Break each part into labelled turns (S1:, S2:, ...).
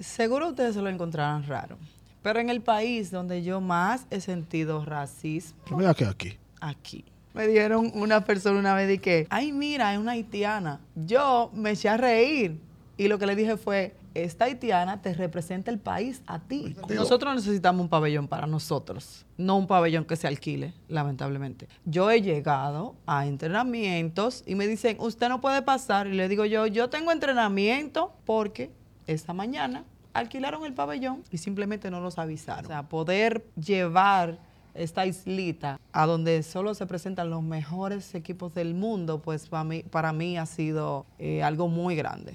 S1: Seguro ustedes se lo encontrarán raro. Pero en el país donde yo más he sentido racismo,
S2: Mira que aquí.
S1: aquí. Me dieron una persona una vez de que, ay, mira, es una haitiana. Yo me eché a reír y lo que le dije fue, esta haitiana te representa el país a ti. Nosotros necesitamos un pabellón para nosotros, no un pabellón que se alquile, lamentablemente. Yo he llegado a entrenamientos y me dicen, usted no puede pasar. Y le digo yo, yo tengo entrenamiento porque esta mañana alquilaron el pabellón y simplemente no los avisaron. O sea, poder llevar esta islita a donde solo se presentan los mejores equipos del mundo, pues para mí, para mí ha sido eh, algo muy grande.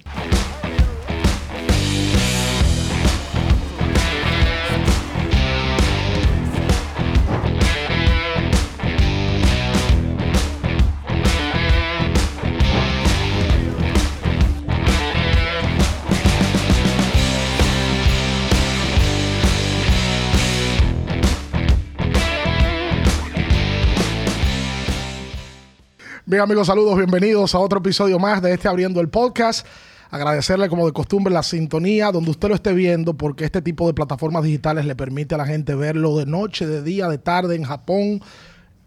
S2: Bien amigos, saludos, bienvenidos a otro episodio más de este Abriendo el Podcast. Agradecerle como de costumbre la sintonía donde usted lo esté viendo porque este tipo de plataformas digitales le permite a la gente verlo de noche, de día, de tarde en Japón,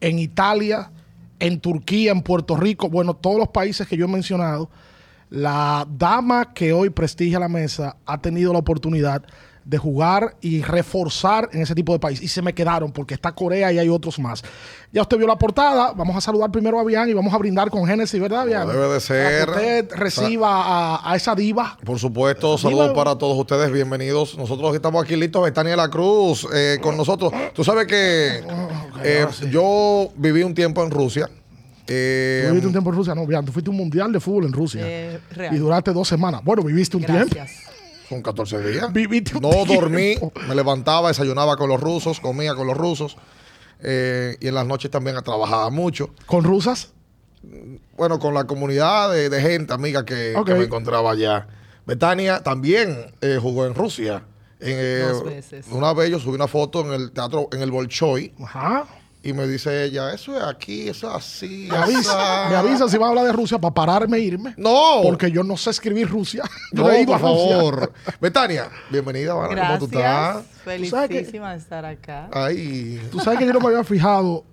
S2: en Italia, en Turquía, en Puerto Rico, bueno, todos los países que yo he mencionado. La dama que hoy prestigia la mesa ha tenido la oportunidad de jugar y reforzar en ese tipo de país. Y se me quedaron porque está Corea y hay otros más. Ya usted vio la portada. Vamos a saludar primero a Bian y vamos a brindar con Génesis, ¿verdad, Bian?
S3: Como debe de ser.
S2: Para que usted reciba a, a esa diva.
S3: Por supuesto, saludos para todos ustedes, bienvenidos. Nosotros estamos aquí listos, Betania de la Cruz eh, con nosotros. Tú sabes que eh, yo viví un tiempo en Rusia. Eh,
S2: Tú viviste un tiempo en Rusia, no, Bian. Tú fuiste a un mundial de fútbol en Rusia.
S1: Eh, real.
S2: y duraste dos semanas. Bueno, viviste un tiempo.
S1: Gracias.
S3: Son 14 días.
S2: Viviste un
S3: no dormí,
S2: tiempo.
S3: me levantaba, desayunaba con los rusos, comía con los rusos. eh, y en las noches también trabajaba mucho.
S2: Con rusas.
S3: Bueno, con la comunidad de, de gente, amiga, que, que
S2: Ok.
S3: me encontraba allá. Betania también eh, jugó en Rusia. En, eh,
S1: Dos veces.
S3: Una vez yo subí una foto en el teatro, en el Bolshoi,
S2: Ajá.
S3: y me dice ella, eso es aquí, eso es así.
S2: Me avisa, me avisa si va a hablar de Rusia para pararme e irme.
S3: No,
S2: Porque yo no sé escribir Rusia. Yo
S3: no,
S2: he ido a
S3: por
S2: Rusia.
S3: favor. Betania, bienvenida, Vara, ¿cómo tú estás?
S1: Gracias.
S2: sabes que-
S1: Felicísima de estar acá.
S3: Ay,
S2: Tú sabes que yo no me había fijado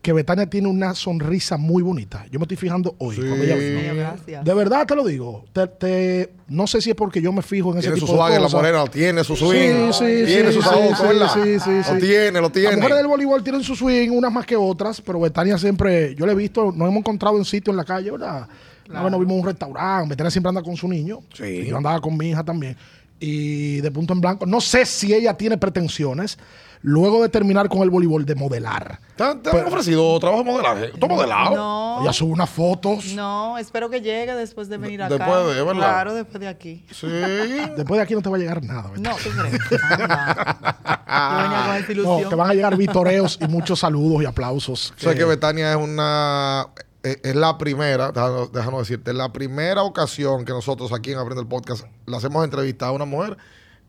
S2: que Betania tiene una sonrisa muy bonita. Yo me estoy fijando hoy.
S3: Sí.
S2: cuando ella vino.
S1: Mío, Gracias.
S2: Eh, De verdad te lo digo. Te- te- no sé si es porque yo me fijo en ese
S3: tiene su
S2: tipo
S3: swagger,
S2: de
S3: la
S2: cosas.
S3: morena, tiene su swing,
S2: sí, sí,
S3: tiene su
S2: sí,
S3: sabor,
S2: sí,
S3: ¿verdad?
S2: sí, sí, sí.
S3: Lo tiene, lo
S2: Las mujeres del
S3: tiene.
S2: voleibol tienen su swing, unas más que otras, pero Betania siempre, yo le he visto, nos hemos encontrado en sitio en la calle, ¿verdad? Una vez nos vimos en un restaurante, Betania siempre anda con su niño,
S3: Sí.
S2: y yo andaba con mi hija también, y de punto en blanco, no sé si ella tiene pretensiones, luego de terminar con el voleibol, de modelar.
S3: ¿Te han, te han ofrecido trabajo de modelaje? ¿Tú has modelado?
S1: No,
S2: Ella sube unas fotos,
S1: no, espero que llegue después de venir acá.
S3: después de, ¿verdad?
S1: Claro, después de aquí.
S3: Sí.
S2: después de aquí no te va a llegar nada, Betania.
S1: No, ¿tú crees? Anda. Yo venía con esta
S2: No,
S1: ilusión.
S2: te van a llegar vitoreos y muchos saludos y aplausos.
S3: Sé que Betania es una. e, Es, es la primera, déjanos, déjanos decirte, es la primera ocasión que nosotros aquí en Aprende el Podcast la hacemos entrevistar a una mujer,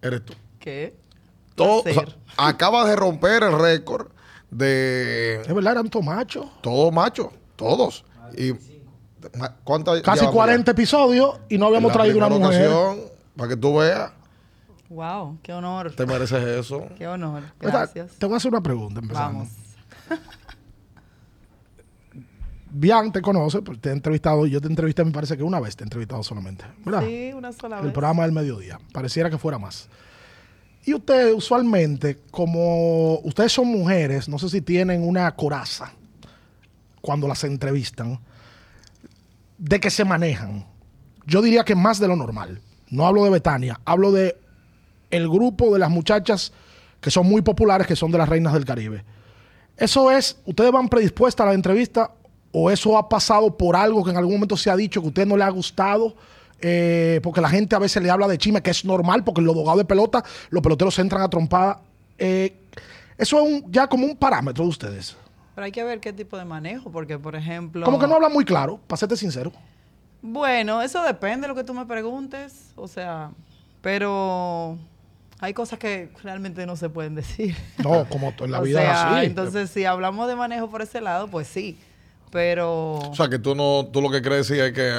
S3: eres tú.
S1: ¿Qué?
S3: Todo, o sea,
S1: Placer.
S3: acabas de romper el récord
S2: Es
S3: de
S2: verdad, eran tomachos.
S3: todos machos, todos. Y, ma- ¿cuántas
S2: Casi
S3: llevamos ya?
S2: 40 episodios y no
S3: En
S2: habíamos
S3: la
S2: traído una
S3: primera
S2: mujer.
S3: ocasión, para que tú veas,
S1: Wow, qué honor.
S3: te mereces eso.
S1: Qué honor.
S2: Ahorita,
S1: Gracias.
S2: Te voy a hacer una pregunta empezando.
S1: Vamos.
S2: Bian te conoce, pues, te he entrevistado, yo te entrevisté, me parece que una vez te he entrevistado solamente, ¿verdad?
S1: Sí, una sola
S2: El
S1: vez.
S2: programa del mediodía, pareciera que fuera más. Y ustedes usualmente, como ustedes son mujeres, no sé si tienen una coraza cuando las entrevistan, de que se manejan. Yo diría que más de lo normal. No hablo de Betania, hablo de el grupo de las muchachas que son muy populares, que son de las reinas del Caribe. Eso es, ustedes van predispuestas a la entrevista o eso ha pasado por algo que en algún momento se ha dicho que a usted no le ha gustado. Eh, porque la gente a veces le habla de chisme, que es normal, porque en los dogados de pelota, los peloteros se entran a trompada. Eh, eso es un- ya como un parámetro de ustedes.
S1: Pero hay que ver qué tipo de manejo, porque, por ejemplo...
S2: Como que no hablan muy claro, para serte sincero.
S1: Bueno, eso depende de lo que tú me preguntes, o sea, pero hay cosas que realmente no se pueden decir.
S2: No, como en la
S1: O
S2: vida
S1: sea,
S2: es así.
S1: entonces si hablamos de manejo por ese lado, pues sí, pero
S3: O sea, que tú no, tú lo que crees sí es que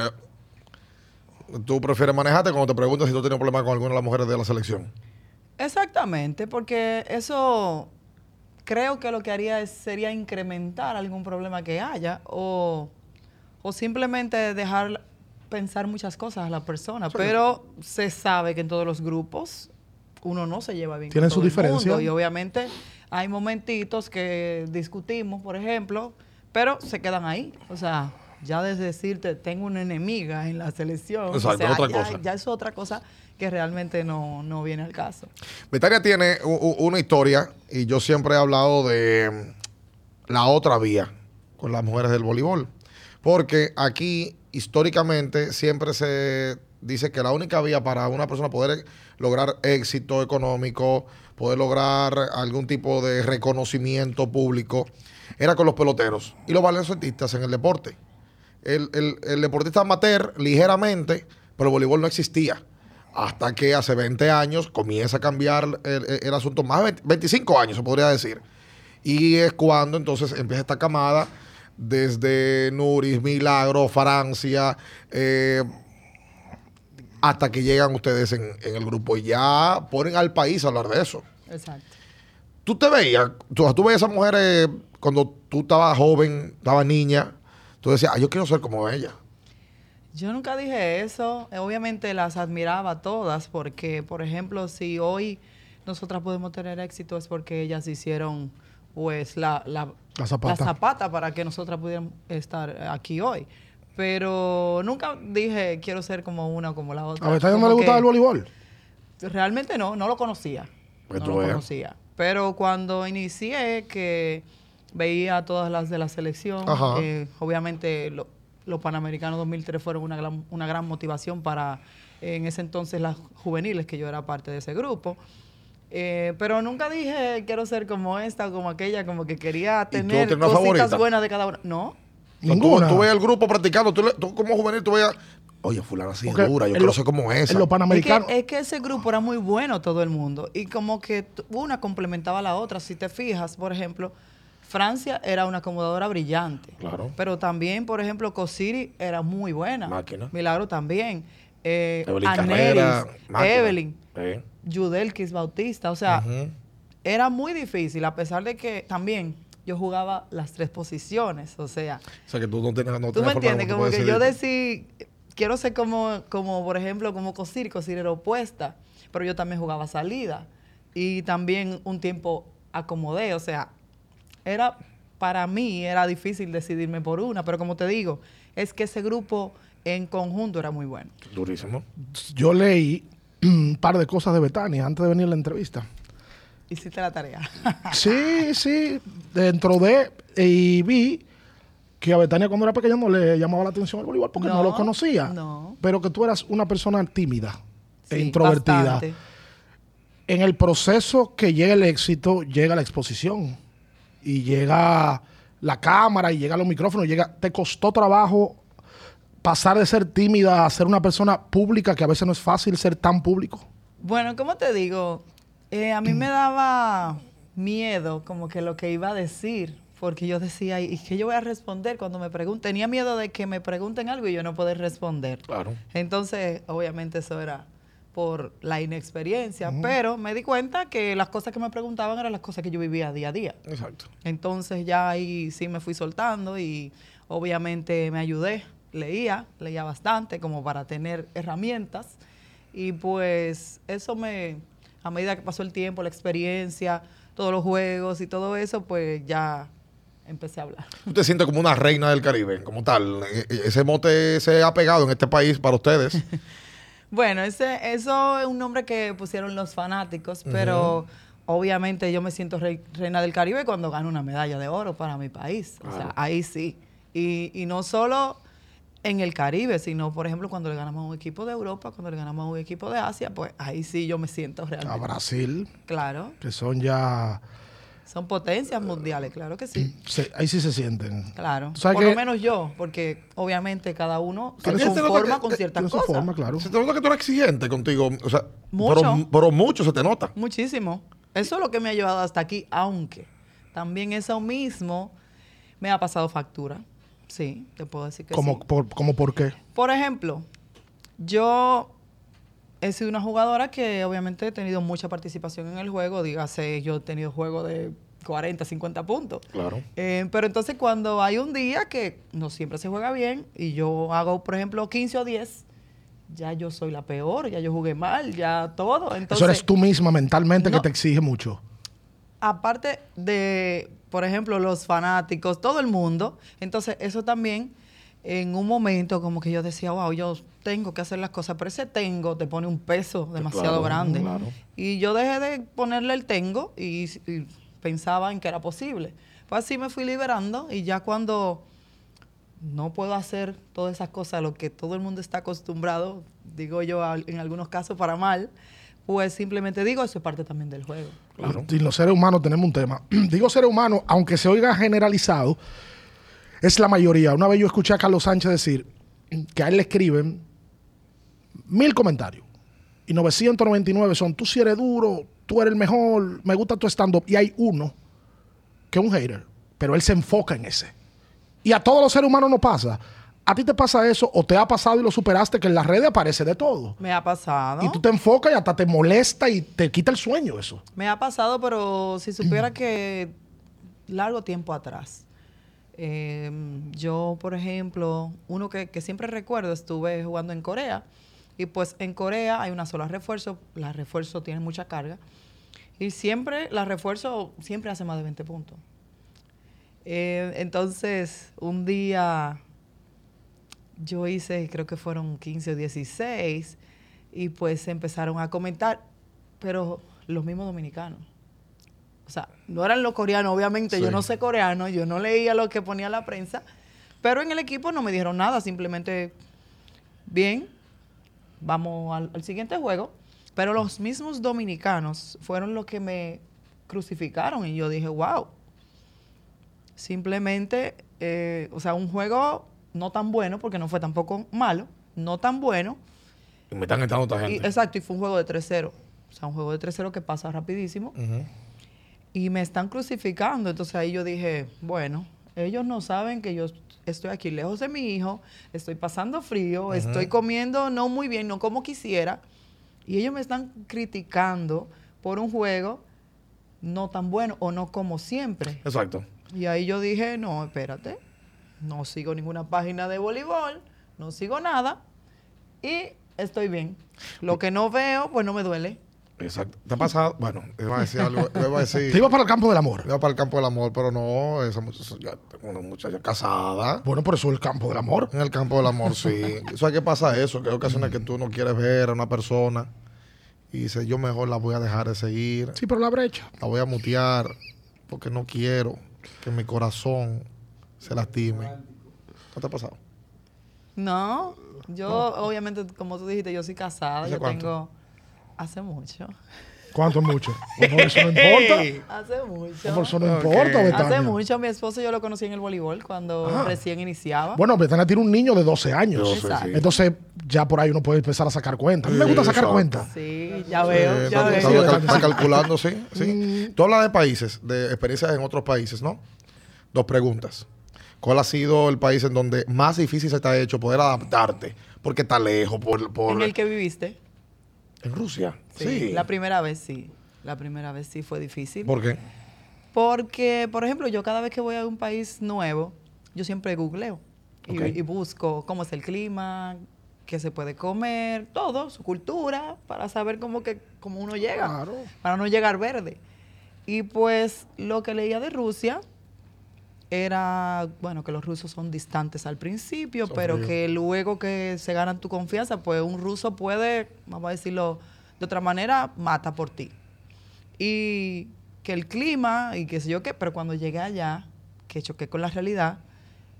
S3: tú prefieres manejarte cuando te preguntan si tú tienes problema con alguna de las mujeres de la selección.
S1: Exactamente, porque eso creo que lo que haría es- sería incrementar algún problema que haya o, o simplemente dejar pensar muchas cosas a la persona. Pero se sabe que en todos los grupos uno no se lleva bien. con
S2: Tienen su
S1: todo el mundo,
S2: diferencia.
S1: Y obviamente hay momentitos que discutimos, por ejemplo, pero se quedan ahí. O sea, ya de decirte, tengo una enemiga en la selección.
S3: Exacto,
S1: o sea,
S3: otra
S1: ya,
S3: cosa.
S1: ya es otra cosa que realmente no, no viene al caso.
S3: Betania tiene u- u- una historia y yo siempre he hablado de mm, la otra vía con las mujeres del voleibol. Porque aquí, históricamente, siempre se dice que la única vía para una persona poder lograr éxito económico, poder lograr algún tipo de reconocimiento público, era con los peloteros y los baloncetistas en el deporte. el, el- el deportista amateur ligeramente, pero el voleibol no existía. Hasta que hace 20 años comienza a cambiar el, el- el asunto, más de 20 25 años se podría decir. Y es cuando entonces empieza esta camada desde Nuris, Milagro, Francia, eh, hasta que llegan ustedes en, en el grupo y ya ponen al país a hablar de eso.
S1: Exacto.
S3: Tú te veías, tú, tú veías a esas mujeres cuando tú estabas joven, estabas niña, tú decías, "Ah, yo quiero ser como ella.
S1: Yo nunca dije eso. Eh, Obviamente las admiraba a todas porque, por ejemplo, si hoy nosotras podemos tener éxito es porque ellas hicieron pues la, la,
S2: La zapata.
S1: para que nosotras pudiéramos estar eh, aquí hoy. Pero nunca dije quiero ser como una o como la otra.
S2: A Betania no
S1: Como
S2: le
S1: que-
S2: gustaba el voleibol.
S1: Realmente no, no lo conocía.
S3: Pues
S1: no
S3: tú
S1: lo
S3: veas.
S1: conocía. Pero cuando inicié, que veía a todas las de la selección,
S3: Ajá.
S1: eh, obviamente lo- los Panamericanos 2003 fueron una gran, una gran motivación para eh, en ese entonces las juveniles, que yo era parte de ese grupo. Eh, pero nunca dije quiero ser como esta o como aquella, como que quería
S3: tú
S1: tener
S3: tienes una
S1: cositas
S3: favorita?
S1: buenas de cada una. No,
S3: O sea, tú-
S2: Ninguna.
S3: Tú, ves el grupo practicando, tú, le- tú como juvenil, tú veías, oye, fulana así es
S2: Porque
S3: dura,
S2: en
S3: yo quiero
S2: lo-
S3: ser como
S2: En
S3: esa. eh,
S2: los
S1: Es que,
S2: panamericanos.
S1: es que ese grupo era muy bueno todo el mundo y como que t- una complementaba a la otra. Si te fijas, por ejemplo, Francia era una acomodadora brillante.
S3: Claro.
S1: Pero también, por ejemplo, Cosiri era muy buena.
S3: Máquina.
S1: Milagro también. Eh,
S3: Evelyn
S1: Anelis,
S3: Carrera, máquina.
S1: Evelyn, Ah.
S3: Eh.
S1: Judelkis Bautista. O sea,
S3: Ujú.
S1: era muy difícil a pesar de que también yo jugaba las tres posiciones. O sea,
S3: O sea, que tú no tienes, no
S1: Tú me
S3: tienes forma de-
S1: entiendes,
S3: tú
S1: como
S3: puedes
S1: que yo
S3: decidir.
S1: decir, quiero ser como, como por ejemplo, como Cosir, Cosir era opuesta, pero yo también jugaba salida y también un tiempo acomodé, o sea, era, para mí era difícil decidirme por una, pero como te digo, es que ese grupo en conjunto era muy bueno.
S3: Durísimo.
S2: Yo leí un par de cosas de Betania antes de venir a la entrevista.
S1: Hiciste la tarea.
S2: Sí, sí, dentro de. eh, Y vi que a Betania cuando era pequeña no le llamaba la atención el voleibol porque no,
S1: No,
S2: lo conocía.
S1: no.
S2: Pero que tú eras una persona tímida e
S1: Sí,
S2: introvertida.
S1: bastante.
S2: En el proceso que llega el éxito, llega la exposición. Y llega la cámara, y llega los micrófonos, y llega. Te costó trabajo pasar de ser tímida a ser una persona pública, que a veces no es fácil ser tan público.
S1: Bueno, ¿cómo te digo? Eh, a mí me daba miedo como que lo que iba a decir, porque yo decía, ¿y qué yo voy a responder cuando me pregunten? Tenía miedo de que me pregunten algo y yo no poder responder.
S3: Claro.
S1: Entonces, obviamente eso era por la inexperiencia, pero me di cuenta que las cosas que me preguntaban eran las cosas que yo vivía día a día.
S3: Exacto.
S1: Entonces ya ahí sí me fui soltando y obviamente me ayudé, leía, leía bastante como para tener herramientas y pues eso me, a medida que pasó el tiempo, la experiencia, todos los juegos y todo eso, pues ya empecé a hablar.
S3: Tú te sientes como una reina del Caribe, como tal. E- e- Ese mote se ha pegado en este país para ustedes.
S1: Bueno, ese, eso es un nombre que pusieron los fanáticos, pero obviamente yo me siento rey- reina del Caribe cuando gano una medalla de oro para mi país. O sea, ahí sí. Y, y no solo en el Caribe, sino, por ejemplo, cuando le ganamos a un equipo de Europa, cuando le ganamos a un equipo de Asia, pues ahí sí yo me siento
S2: A
S3: Ah,
S1: realmente.
S2: Brasil,
S1: Claro,
S2: que son ya.
S1: son potencias mundiales, claro que sí.
S2: se- ahí sí se sienten.
S1: Claro.
S2: ¿Tú
S1: Por
S2: sabes
S1: lo
S2: que-
S1: menos yo, porque obviamente cada uno se
S3: Pero eso es lo que-
S1: conforma con
S3: que-
S1: ciertas
S2: Tiene su
S1: cosas.
S2: forma, claro.
S3: Se te nota que tú eres exigente contigo. O sea,
S1: Mucho.
S3: Pero, pero mucho se te nota.
S1: Muchísimo. Eso es lo que me ha llevado hasta aquí, aunque también eso mismo me ha pasado factura. Sí, te puedo decir que
S2: Como
S1: sí.
S2: por, como por qué.
S1: Por ejemplo, Yo he sido una jugadora que obviamente he tenido mucha participación en el juego, dígase, yo he tenido juego de 40, 50 puntos.
S3: Claro.
S1: Eh, pero entonces cuando hay un día que no siempre se juega bien y yo hago, por ejemplo, 15 o 10, ya yo soy la peor, ya yo jugué mal, ya todo. Entonces,
S2: Eso eres tú misma mentalmente que
S1: No.
S2: te exige mucho.
S1: aparte de, por ejemplo, los fanáticos, todo el mundo, entonces eso también en un momento como que yo decía, wow, yo tengo que hacer las cosas, pero ese tengo te pone un peso demasiado
S3: Claro,
S1: grande.
S3: claro.
S1: Y yo dejé de ponerle el tengo y, y pensaba en que era posible. Pues así me fui liberando y ya cuando no puedo hacer todas esas cosas, lo que todo el mundo está acostumbrado, digo yo al- en algunos casos para mal, pues simplemente digo, eso es parte también del juego.
S2: Y los seres humanos tenemos un tema. Digo seres humanos, aunque se oiga generalizado, es la mayoría. Una vez yo escuché a Carlos Sánchez decir que a él le escriben mil comentarios y 999 son tú si eres duro, tú eres el mejor, me gusta tu stand-up. Y hay uno que es un hater, pero él se enfoca en ese. Y a todos los seres humanos nos pasa. A ti te pasa eso o te ha pasado y lo superaste que en las redes aparece de todo.
S1: Me ha pasado.
S2: Y tú te enfocas y hasta te molesta y te quita el sueño eso.
S1: Me ha pasado, pero si supiera que largo tiempo atrás. Eh, yo, por ejemplo, uno que, que siempre recuerdo, estuve jugando en Corea. Y pues en Corea hay una sola refuerzo. Las refuerzos tienen mucha carga. Y siempre, la refuerzo siempre hace más de 20 puntos. Eh, entonces, un día yo hice, creo que fueron 15 o 16, y pues empezaron a comentar, pero los mismos dominicanos. O sea, no eran los coreanos, obviamente, yo
S3: Sí.
S1: no sé coreano, yo no leía lo que ponía la prensa, pero en el equipo no me dijeron nada, simplemente, bien, vamos al, al siguiente juego. Pero los mismos dominicanos fueron los que me crucificaron y yo dije, wow, simplemente, eh, o sea, un juego no tan bueno, porque no fue tampoco malo, no tan bueno.
S3: Y me están entrando esta
S1: Y,
S3: gente.
S1: exacto, y fue un juego de 3-0. O sea, un juego de 3-0 que pasa rapidísimo.
S3: Ujú.
S1: Y me están crucificando. Entonces ahí yo dije, bueno, ellos no saben que yo estoy aquí lejos de mi hijo, estoy pasando frío, estoy comiendo no muy bien, no como quisiera. Y ellos me están criticando por un juego no tan bueno o no como siempre.
S3: Exacto.
S1: Y ahí yo dije, no, espérate, no sigo ninguna página de voleibol, no sigo nada y estoy bien. Lo que no veo, pues no me duele.
S3: Exacto. ¿Te ha pasado? Bueno, iba a decir algo. iba a decir.
S2: Te iba para el campo del amor.
S3: iba para el campo del amor, pero no. Esa muchacha, ya tengo una muchacha casada.
S2: Bueno, por eso el campo del amor.
S3: En el campo del amor, sí. ¿Sabes qué pasa eso? Que hay ocasiones que tú no quieres ver a una persona y dices, yo mejor la voy a dejar de seguir,
S2: Sí, pero la brecha.
S3: la voy a mutear, porque no quiero que mi corazón se lastime. ¿No te ha pasado?
S1: No, yo obviamente, como tú dijiste, yo soy casada,
S3: ¿Hace
S1: yo
S3: cuánto?
S1: tengo... Hace mucho,
S2: ¿Cuánto es mucho? Bueno, por eso no importa.
S1: hace
S2: No, Por eso
S1: mucho.
S2: no importa,
S1: Hace
S2: Betania.
S1: mucho, mi esposo yo lo conocí en el voleibol cuando
S3: Ah.
S1: recién iniciaba.
S2: Bueno, Betania tiene un niño de 12 años.
S3: Yo sé,
S1: Exacto.
S3: sí.
S2: Entonces, ya por ahí uno puede empezar a sacar cuentas. A mí me
S3: Sí,
S2: gusta sacar
S3: exacto.
S2: cuentas.
S1: sí, ya
S3: Sí,
S1: veo, ya
S3: Eh,
S1: Mm.
S3: está, está-
S1: veo.
S3: está- está calculando, sí. sí. Tú hablas de países, de experiencias en otros países, ¿no? Dos preguntas. ¿Cuál ha sido el país en donde más difícil se te ha hecho poder adaptarte? Porque está lejos, por... por-
S1: En el que viviste,
S3: en Rusia. Sí.
S1: sí, la primera vez sí, la primera vez sí fue difícil.
S3: ¿Por qué?
S1: Porque, por ejemplo, yo cada vez que voy a un país nuevo, yo siempre googleo y,
S3: Ok.
S1: y busco cómo es el clima, qué se puede comer, todo, su cultura, para saber cómo, que, cómo uno llega,
S2: Claro.
S1: para no llegar verde. Y pues lo que leía de Rusia era, bueno, que los rusos son distantes al principio,
S3: Son
S1: pero
S3: fríos.
S1: que luego que se ganan tu confianza, pues un ruso puede, vamos a decirlo de otra manera, mata por ti y que el clima y qué sé yo qué, pero cuando llegué allá, que choqué con la realidad,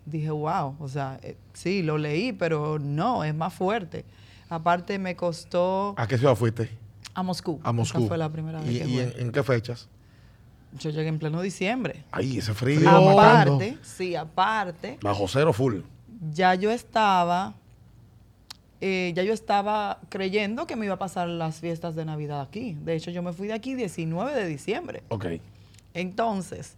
S1: dije, wow, o sea, eh, sí, lo leí, pero no, es más fuerte. Aparte me costó
S3: ¿A qué ciudad fuiste?
S1: a Moscú.
S3: A
S1: Esa
S3: Moscú.
S1: fue la primera vez
S3: ¿Y,
S1: que
S3: y eh,
S1: fui.
S3: en, en qué fechas?
S1: Yo llegué en pleno diciembre.
S3: Ahí, ese frío.
S1: Ah,
S2: Frío. Dios,
S1: aparte,
S2: matando.
S1: sí, aparte,
S3: Bajo cero, full.
S1: ya yo estaba, eh, ya yo estaba creyendo que me iba a pasar las fiestas de Navidad aquí. De hecho, yo me fui de aquí 19 de diciembre.
S3: Ok.
S1: Entonces,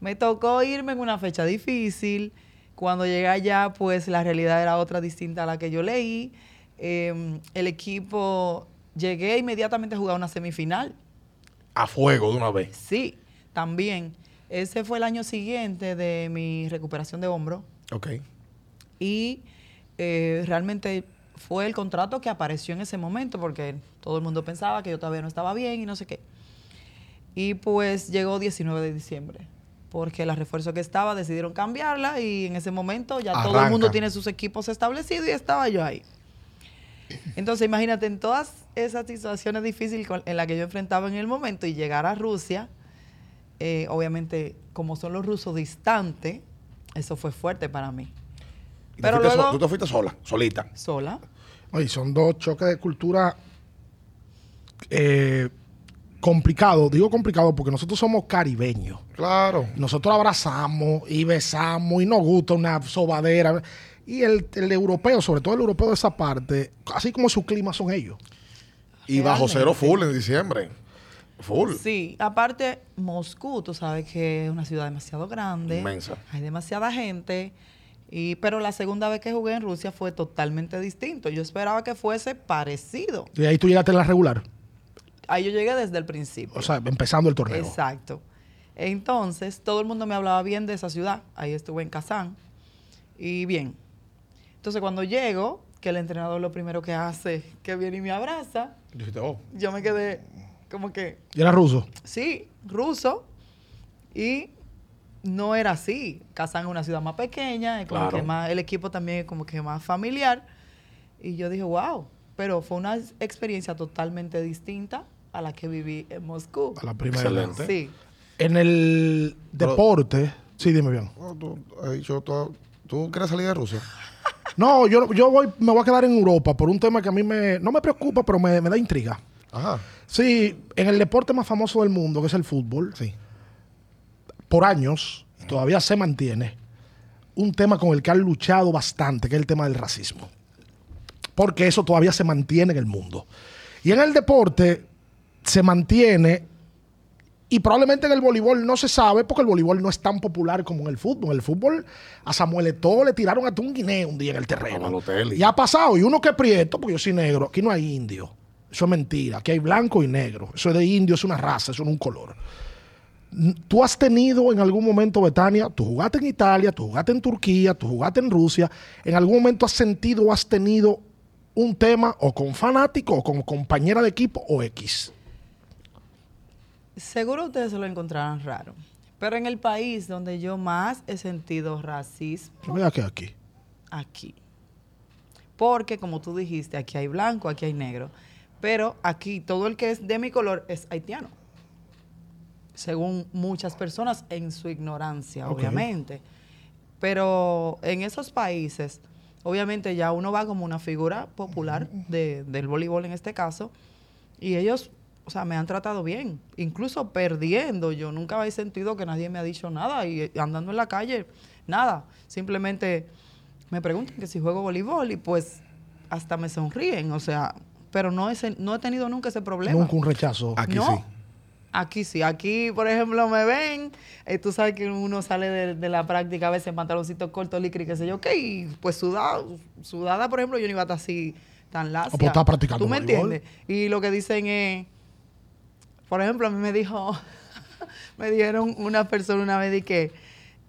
S1: me tocó irme en una fecha difícil. Cuando llegué allá, pues la realidad era otra distinta a la que yo leí. eh, el equipo, llegué inmediatamente a jugar una semifinal.
S3: A fuego de una vez.
S1: Sí, también. Ese fue el año siguiente de mi recuperación de hombro
S3: Ok.
S1: y eh, realmente fue el contrato que apareció en ese momento porque todo el mundo pensaba que yo todavía no estaba bien y no sé qué. Y pues llegó 19 de diciembre porque la refuerzo que estaba decidieron cambiarla y en ese momento ya todo
S3: Arranca.
S1: el mundo tiene sus equipos establecidos y estaba yo ahí. Entonces imagínate en todas esas situaciones difíciles con- en las que yo enfrentaba en el momento y llegar a Rusia, eh, obviamente como son los rusos distantes, eso fue fuerte para mí.
S3: Y
S1: Pero
S3: te fuiste so-
S1: luego-
S3: tú te fuiste sola, solita.
S1: sola.
S2: Oye, son dos choques de cultura eh, complicados. Digo complicado porque nosotros somos caribeños.
S3: Claro.
S2: Nosotros abrazamos y besamos y nos gusta una sobadera. Y el, el europeo, sobre todo el europeo de esa parte, así como su clima son ellos.
S3: Y bajo
S1: Realmente.
S3: cero full en diciembre. Full.
S1: Sí, aparte Moscú, tú sabes que es una ciudad demasiado grande.
S3: Inmensa.
S1: Hay demasiada gente. Y, pero la segunda vez que jugué en Rusia fue totalmente distinto. Yo esperaba que fuese parecido.
S2: Y ahí tú llegaste en la regular.
S1: Ahí yo llegué desde el principio.
S2: O sea, empezando el torneo.
S1: Exacto. Entonces, todo el mundo me hablaba bien de esa ciudad. Ahí estuve en Kazán. Y bien. Entonces, cuando llego, que el entrenador lo primero que hace es que viene y me abraza,
S3: Yo dijiste, oh,
S1: yo me quedé como que,
S2: Y era ruso.
S1: sí, ruso. Y no era así. Kazán es una ciudad más pequeña, es como
S3: Claro.
S1: que más, el equipo también es como que más familiar. Y yo dije, wow. Pero fue una experiencia totalmente distinta a la que viví en Moscú.
S2: A la primera.
S3: Excelente.
S1: Sí.
S2: En el
S3: Pero-
S2: deporte. Sí, dime bien.
S3: oh, tú, has dicho todo- ¿tú quieres salir de Rusia?
S2: No, yo, yo voy, me voy a quedar en Europa por un tema que a mí me, no me preocupa, pero me, me da intriga.
S3: Ajá.
S2: Sí, en el deporte más famoso del mundo, que es el fútbol,
S3: Sí.
S2: por años, y todavía se mantiene, un tema con el que han luchado bastante, que es el tema del racismo. Porque eso todavía se mantiene en el mundo. Y en el deporte se mantiene, y probablemente en el voleibol no se sabe, porque el voleibol no es tan popular como en el fútbol. En el fútbol a Samuel Eto'o le tiraron a un guineo un día en el terreno.
S3: Balotelli.
S2: Y ha pasado, y uno que es prieto, porque yo soy negro, aquí no hay indio. Eso es mentira, aquí hay blanco y negro. Eso es de indio, es una raza, eso no es un color. Tú has tenido en algún momento, Betania, tú jugaste en Italia, tú jugaste en Turquía, tú jugaste en Rusia, en algún momento has sentido o has tenido un tema o con fanático o con compañera de equipo o X.
S1: Seguro ustedes se lo encontrarán raro. Pero en el país donde yo más he sentido racismo,
S2: Mira que aquí.
S1: aquí. Porque, como tú dijiste, aquí hay blanco, aquí hay negro. Pero aquí todo el que es de mi color es haitiano. Según muchas personas, en su ignorancia,
S2: Ok.
S1: obviamente. Pero en esos países, obviamente ya uno va como una figura popular de- del voleibol en este caso. Y ellos, o sea, me han tratado bien. Incluso perdiendo, yo nunca he sentido que nadie me ha dicho nada. Y eh, andando en la calle, nada. Simplemente me preguntan que si juego voleibol y pues hasta me sonríen. O sea, pero no, ese, no he tenido nunca ese problema.
S2: Nunca un rechazo.
S3: Aquí
S1: no.
S3: sí.
S1: Aquí sí, aquí por ejemplo me ven, eh, tú sabes que uno sale de, de la práctica a veces en pantaloncitos cortos, licri, qué sé yo, qué, y pues sudada, sudada por ejemplo yo no iba a estar así tan lacia.
S2: O pues estaba practicando
S1: ¿Tú me
S2: voleibol.
S1: entiendes? Y lo que dicen es, por ejemplo a mí me dijo, me dieron una persona una vez de que,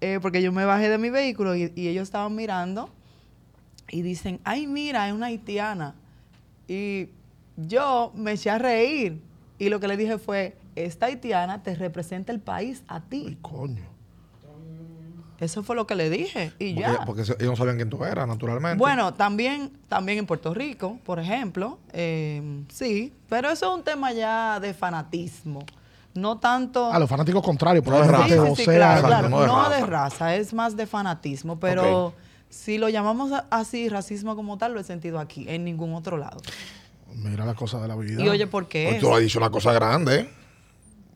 S1: eh, porque yo me bajé de mi vehículo y, y ellos estaban mirando y dicen, ay mira, es una haitiana. Y yo me eché a reír. Y lo que le dije fue, esta haitiana te representa el país a
S2: Ay,
S1: ti.
S2: coño.
S1: Eso fue lo que le dije. Y
S3: Porque,
S1: ya.
S3: porque se- ellos no sabían quién tú eras, naturalmente.
S1: Bueno, también, también en Puerto Rico, por ejemplo, eh, sí, pero eso es un tema ya de fanatismo. No tanto...
S2: A los fanáticos contrarios,
S3: No es
S1: Sí,
S2: probablemente
S3: raza.
S1: sí,
S2: o
S1: sí,
S2: sea,
S1: claro,
S3: Exacto,
S1: claro.
S3: no
S1: No,
S3: de
S1: de,
S3: raza.
S1: raza. es más de fanatismo, pero
S3: Ok.
S1: si lo llamamos a- así, racismo como tal, lo he sentido aquí, en ningún otro lado.
S2: Mira la cosa de la vida.
S1: Y oye, ¿por qué?
S3: Hoy
S1: es?
S3: Pues tú has dicho una cosa grande. ¿eh?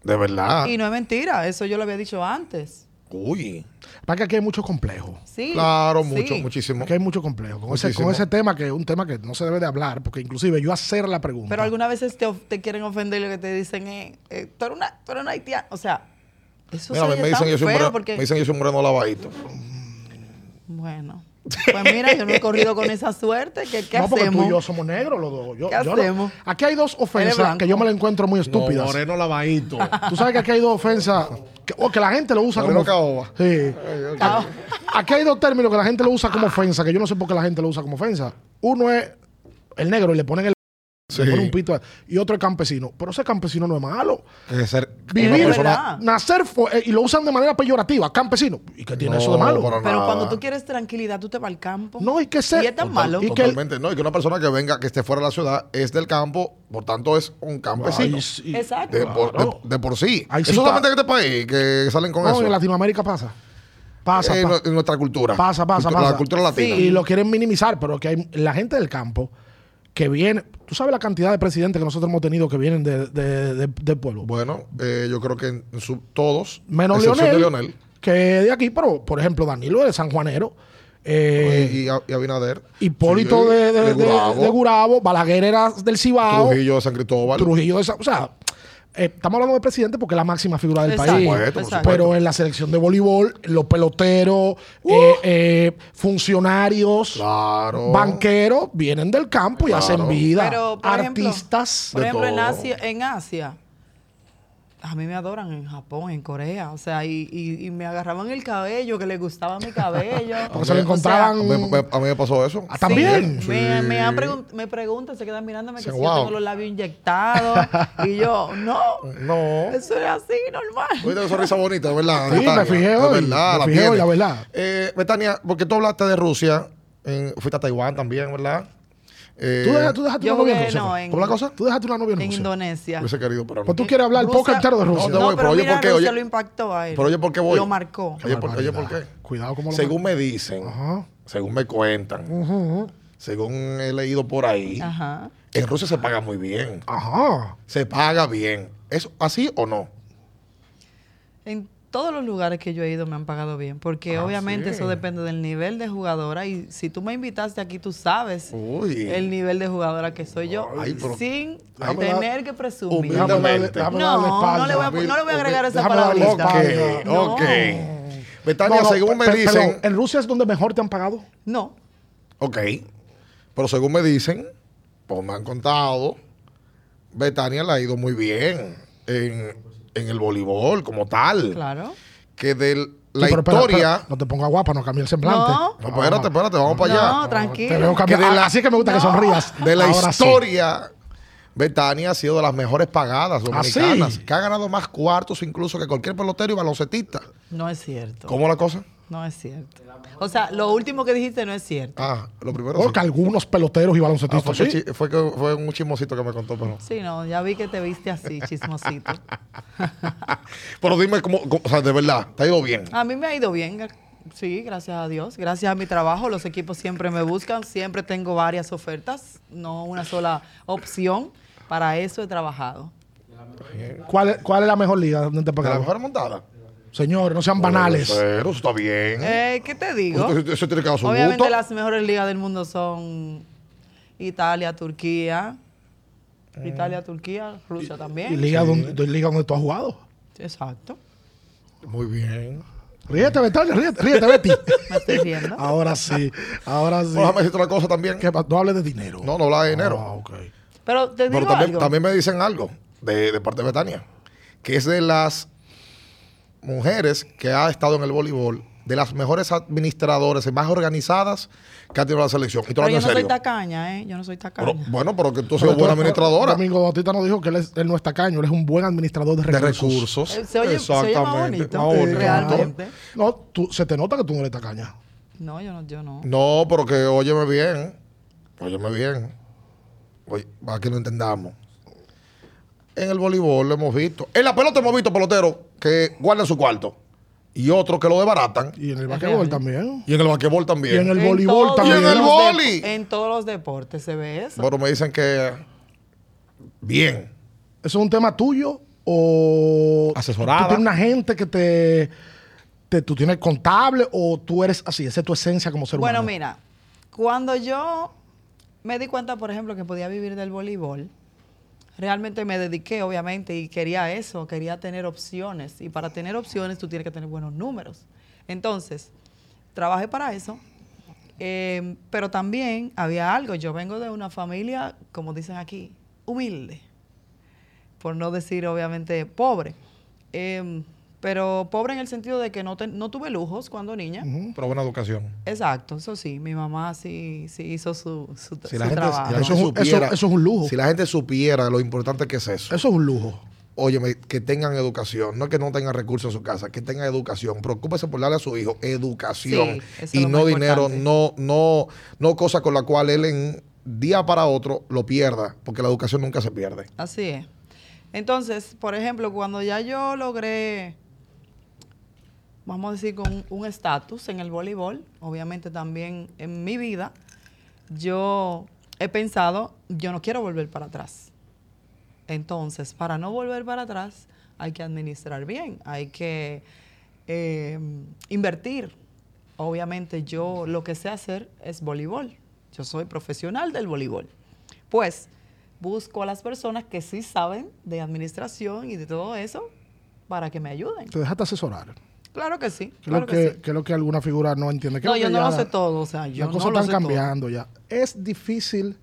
S3: De verdad.
S1: Y no es mentira, eso yo lo había dicho antes.
S3: Uy.
S2: Para que aquí hay mucho complejo.
S1: Sí.
S3: Claro,
S1: sí.
S3: mucho, muchísimo.
S2: Aquí hay mucho complejo. Con ese,
S3: Muchísimo.
S2: con ese tema que es un tema que no se debe de hablar, porque inclusive yo hacer la pregunta.
S1: Pero algunas veces te, of- te quieren ofender y lo que te dicen es, eh, tú eres una, tú eres una haitiana. O sea, eso
S3: Mira, a mí
S1: se
S3: me dicen,
S1: tan
S3: yo soy un
S1: feo
S3: moreno,
S1: porque...
S3: me dicen que yo soy un moreno lavadito.
S1: Bueno, Pues mira, yo no he corrido con esa suerte. ¿Qué, qué
S2: no, porque tú
S1: hacemos?
S2: y yo somos negros los dos. Yo-
S1: ¿Qué
S2: yo no-
S1: hacemos?
S2: Aquí hay dos
S1: Eres
S2: ofensas
S1: blanco.
S2: que yo me las encuentro muy
S4: No,
S2: estúpidas.
S4: Moreno Lavadito.
S2: Tú sabes que aquí hay dos ofensas que, o que la gente lo usa
S3: Moreno
S2: como.
S3: caoba.
S2: Sí.
S1: Cao-
S2: Aquí hay dos términos que la gente lo usa como ofensa, que yo no sé por qué la gente lo usa como ofensa. Uno es el negro y le ponen el. le ponen un pito. a- Y otro es campesino. Pero ese campesino no es malo.
S3: Que ser
S2: Vivir,
S1: es
S3: una
S1: verdad.
S3: persona
S2: nacer fue- eh, y lo usan de manera peyorativa, campesino. ¿Y qué tiene eso de
S3: No,
S2: malo?
S3: para
S1: Pero
S3: nada.
S1: cuando tú quieres tranquilidad, tú te vas al campo.
S2: No, y que se-
S1: Y es tan
S2: Total-
S1: malo.
S2: y que-
S3: Totalmente, no, y que una persona que venga, que esté fuera de la ciudad, es del campo, por tanto es un campesino.
S2: Ay, sí.
S1: Exacto.
S3: de, por,
S2: claro.
S3: de- de por sí.
S2: Ahí sí está.
S3: eso solamente en este país que salen con
S2: No,
S3: eso.
S2: en Latinoamérica pasa. Pasa,
S3: Eh,
S2: pasa.
S3: en nuestra cultura.
S2: Pasa, pasa,
S3: Cultu-
S2: pasa.
S3: La cultura latina.
S2: Y lo quieren minimizar, pero que hay la gente del campo que viene. Tú sabes la cantidad de presidentes que nosotros hemos tenido que vienen de- de- de- del pueblo.
S3: Bueno, eh, yo creo que en su- todos,
S2: Menos
S3: excepción
S2: Leonel,
S3: de Leonel
S2: que de aquí, pero por ejemplo, Danilo es de San Juanero. eh,
S3: pues, y, y Abinader.
S2: Hipólito
S3: Sí,
S2: de, de- de-
S3: Gurabo,
S2: de Gurabo, Balaguer era del Cibao, Trujillo,
S3: Trujillo de San Cristóbal.
S2: de San. O sea, eh, estamos hablando de presidente porque es la máxima figura del
S1: Exacto.
S2: país.
S3: Por supuesto, por
S1: Exacto.
S3: supuesto.
S2: Pero en la selección de voleibol, los peloteros, eh, eh, funcionarios,
S3: Claro.
S2: banqueros, vienen del campo y
S3: Claro.
S2: hacen vida.
S1: Pero, por ejemplo,
S2: Artistas.
S1: Por
S3: De
S1: ejemplo, en
S3: todo.
S1: Asia, en Asia, a mí me adoran en Japón, en Corea. O sea, y, y- y me agarraban el cabello, que les gustaba mi cabello.
S2: porque se lo
S3: o sea,
S2: encontraban.
S3: A mí, me- a mí me pasó eso.
S2: Ah, también.
S1: Sí, Me, me han pregun- me preguntan, se quedan mirándome que
S3: Dicen,
S1: si yo
S3: "Wow".
S1: tengo los labios inyectados. y yo, no,
S3: No.
S1: eso es así, normal.
S3: Oye, una sonrisa bonita, ¿verdad?
S2: Sí,
S3: Betania?
S2: me fijé
S3: De
S2: hoy,
S3: verdad,
S2: me
S3: la
S2: fijé
S3: tiene.
S2: hoy, la verdad.
S3: Eh, Betania, porque tú hablaste de Rusia, en- fuiste a Taiwán también, ¿verdad? Eh,
S2: ¿Tú, dejas- tú dejaste
S1: Yo
S2: una novia en
S1: jugué,
S2: Rusia?
S1: no,
S2: fue?
S1: en,
S3: ¿Cómo la cosa?
S2: ¿Tú dejaste una novia en
S1: en
S2: Rusia?
S1: Indonesia.
S3: Hubiese querido, pero no.
S2: Pues tú quieres hablar el
S1: Rusia-
S2: poco entero de Rusia.
S3: No, voy,
S1: pero
S3: pero oye,
S1: mira,
S3: ¿por qué?
S1: Rusia
S3: Oye-
S1: lo impactó a él.
S3: Pero oye, ¿por qué voy?
S1: Lo marcó.
S3: Oye, ¿por, oye, ¿por qué?
S2: barbaridad. Cuidado cómo lo
S3: Según me dicen,
S2: Ajá.
S3: según me cuentan, según he leído por ahí,
S1: Ajá.
S3: en Rusia se paga muy bien.
S2: Ajá.
S3: Se paga bien. ¿Es así o no?
S1: En todos los lugares que yo he ido me han pagado bien, porque obviamente
S3: Ah, sí.
S1: eso depende del nivel de jugadora y si tú me invitaste aquí tú sabes
S3: Uy.
S1: el nivel de jugadora que soy yo
S3: Ay, pero-
S1: sin
S2: Ay,
S1: tener que presumir.
S2: Déjame
S3: Humilde.
S1: No,
S2: darle-
S3: Humildemente.
S2: déjame darle espalda.
S1: no le, voy a,
S3: Humil-
S1: no le voy a agregar esa
S2: déjame
S1: palabra a
S2: darle
S1: la
S3: Ok,
S1: lista.
S2: Lista.
S1: No.
S3: ok. Betania,
S2: No, no,
S3: según me
S2: pe-
S3: dicen,
S2: perdón, ¿En Rusia es donde mejor te han pagado?
S1: No.
S3: Ok. Pero según me dicen, pues me han contado, Betania le ha ido muy bien en, en el voleibol como tal.
S1: claro.
S3: Que de la
S2: Sí, pero espera,
S3: historia...
S2: espera, Ah. no te pongas guapa, no cambies el semblante.
S1: No.
S3: No, espérate, espérate, vamos para allá.
S1: No,
S2: Te veo
S1: tranquilo.
S2: cambiar.
S3: Que de la-
S2: Así es que me gusta que sonrías.
S3: de la
S2: Ahora sí.
S3: historia, Betania ha sido de las mejores pagadas dominicanas,
S2: sí?
S3: que ha ganado más cuartos incluso que cualquier pelotero y baloncetista.
S1: No es cierto.
S3: ¿Cómo la cosa?
S1: No es cierto. O sea, lo último que dijiste no es cierto.
S3: Ah, lo primero sí.
S2: Porque algunos peloteros y
S3: Ah, fue,
S2: baloncetistas.
S3: que
S2: sí.
S3: chi- fue que- fue un chismosito que me contó, pero...
S1: Sí, no, ya vi que te viste así, chismosito.
S3: Pero dime, cómo, cómo- o sea, de verdad, ¿te ha ido bien?
S1: A mí me ha ido bien, gra- sí, gracias a Dios. Gracias a mi trabajo, los equipos siempre me buscan, siempre tengo varias ofertas, no una sola opción. Para eso he trabajado.
S2: ¿Cuál, es, ¿Cuál es la mejor liga donde te han
S3: ¿De la
S2: pagado?
S3: mejor montada?
S2: Señores, no sean banales.
S3: Pero eso está bien.
S1: Eh, ¿Qué te digo?
S3: Eso- eso tiene que dar su
S1: Obviamente
S3: gusto.
S1: las mejores ligas del mundo son Italia, Turquía,
S3: Eh.
S1: Italia, Turquía, Rusia
S2: Y
S1: también.
S2: liga, donde, de liga donde tú has jugado.
S1: Exacto.
S3: Muy bien.
S2: Ríete, Betania, ríete, ríete, Betty.
S1: Me estoy riendo.
S2: ahora sí, ahora sí.
S3: Bueno, déjame decirte una cosa también.
S2: Que pa- no hables de dinero.
S3: No, no habla de dinero.
S2: Ah, ok.
S1: Pero te digo
S3: Pero también,
S1: algo.
S3: también me dicen algo de, de parte de Betania, que es de las mujeres que ha estado en el voleibol, de las mejores administradoras y más organizadas que ha tenido la selección. Y te lo
S1: Pero
S3: hablo
S1: yo
S3: en
S1: no soy
S3: serio.
S1: tacaña, ¿eh? Yo no soy tacaña.
S3: Pero- bueno, pero que tú
S2: Pero
S3: seas buena
S2: tú-
S3: administradora
S2: Domingo Bautista nos dijo que él, es- él no es tacaño, él es un buen administrador de
S3: de
S2: recursos.
S3: recursos.
S1: Eh, se oye- se oye más bonito, realmente.
S2: No, tú, se te nota que tú no eres tacaña.
S1: No, yo no, yo no.
S3: No, pero que óyeme bien. Óyeme bien. Oye, para que lo entendamos. En el voleibol lo hemos visto. En la pelota hemos visto peloteros que guardan su cuarto. Y otros que lo desbaratan.
S2: Y en el
S1: Es
S2: basquetbol
S1: real.
S2: también.
S3: Y en el
S2: Y
S3: basquetbol
S2: en
S3: también.
S2: el
S1: En
S2: voleibol
S1: todos
S2: también.
S3: Y en el
S1: los
S3: vóley.
S1: dep- En todos los deportes se ve eso.
S3: Bueno, me dicen que. Bien.
S2: ¿Eso es un tema tuyo o
S3: Asesorada.
S2: tú tienes una gente que te, te- tú tienes contable o tú eres así, esa es tu esencia como ser
S1: Bueno,
S2: humano.
S1: mira, cuando yo me di cuenta, por ejemplo, que podía vivir del voleibol, realmente me dediqué, obviamente, y quería eso, quería tener opciones. Y para tener opciones tú tienes que tener buenos números. Entonces, trabajé para eso. Eh, pero también había algo, yo vengo de una familia, como dicen aquí, humilde, por no decir obviamente pobre, Eh, pero pobre en el sentido de que no, te- no tuve lujos cuando niña.
S3: Pero buena educación.
S1: Exacto, eso sí, mi mamá sí, sí hizo su, su,
S3: Si
S1: su
S3: la gente,
S1: trabajo.
S3: si la
S2: Eso
S3: gente
S2: es un- eso- eso es un lujo.
S3: Si la gente supiera lo importante que es eso.
S2: Eso es un lujo.
S3: Óyeme, que tengan educación, no que no tengan recursos en su casa, que tengan educación. Preocúpese por darle a su hijo educación
S1: Sí, eso es
S3: y
S1: lo
S3: no
S1: más
S3: dinero,
S1: importante.
S3: no no no cosa con la cual él en día para otro lo pierda, porque la educación nunca se pierde.
S1: Así es. Entonces, por ejemplo, cuando ya yo logré, vamos a decir, con un estatus en el voleibol, obviamente también en mi vida, yo he pensado, yo no quiero volver para atrás. Entonces, para no volver para atrás, hay que administrar bien, hay que eh, invertir. Obviamente, yo lo que sé hacer es voleibol. Yo soy profesional del voleibol. Pues, busco a las personas que sí saben de administración y de todo eso para que me ayuden.
S2: Te dejaste asesorar.
S1: Claro que sí.
S2: Que es lo
S1: Claro
S2: que,
S1: que sí.
S2: que es lo que alguna figura no entiende. Que
S1: No,
S2: es
S1: yo
S2: que
S1: no
S2: ya
S1: lo sé todo, o sea, yo
S2: Las
S1: no
S2: cosas
S1: lo
S2: están
S1: sé
S2: cambiando ya. Es difícil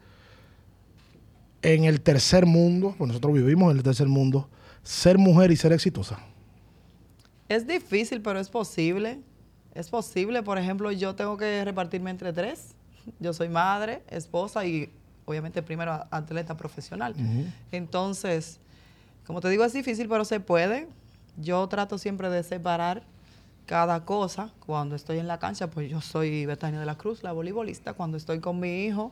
S2: en el tercer mundo, pues nosotros vivimos en el tercer mundo, ser mujer y ser exitosa.
S1: Es difícil, pero es posible. Es posible, por ejemplo, yo tengo que repartirme entre tres. Yo soy madre, esposa y obviamente primero a- atleta profesional. Entonces, como te digo, es difícil, pero se puede. Yo trato siempre de separar cada cosa. Cuando estoy en la cancha, pues yo soy Betania de la Cruz, la voleibolista. Cuando estoy con mi hijo,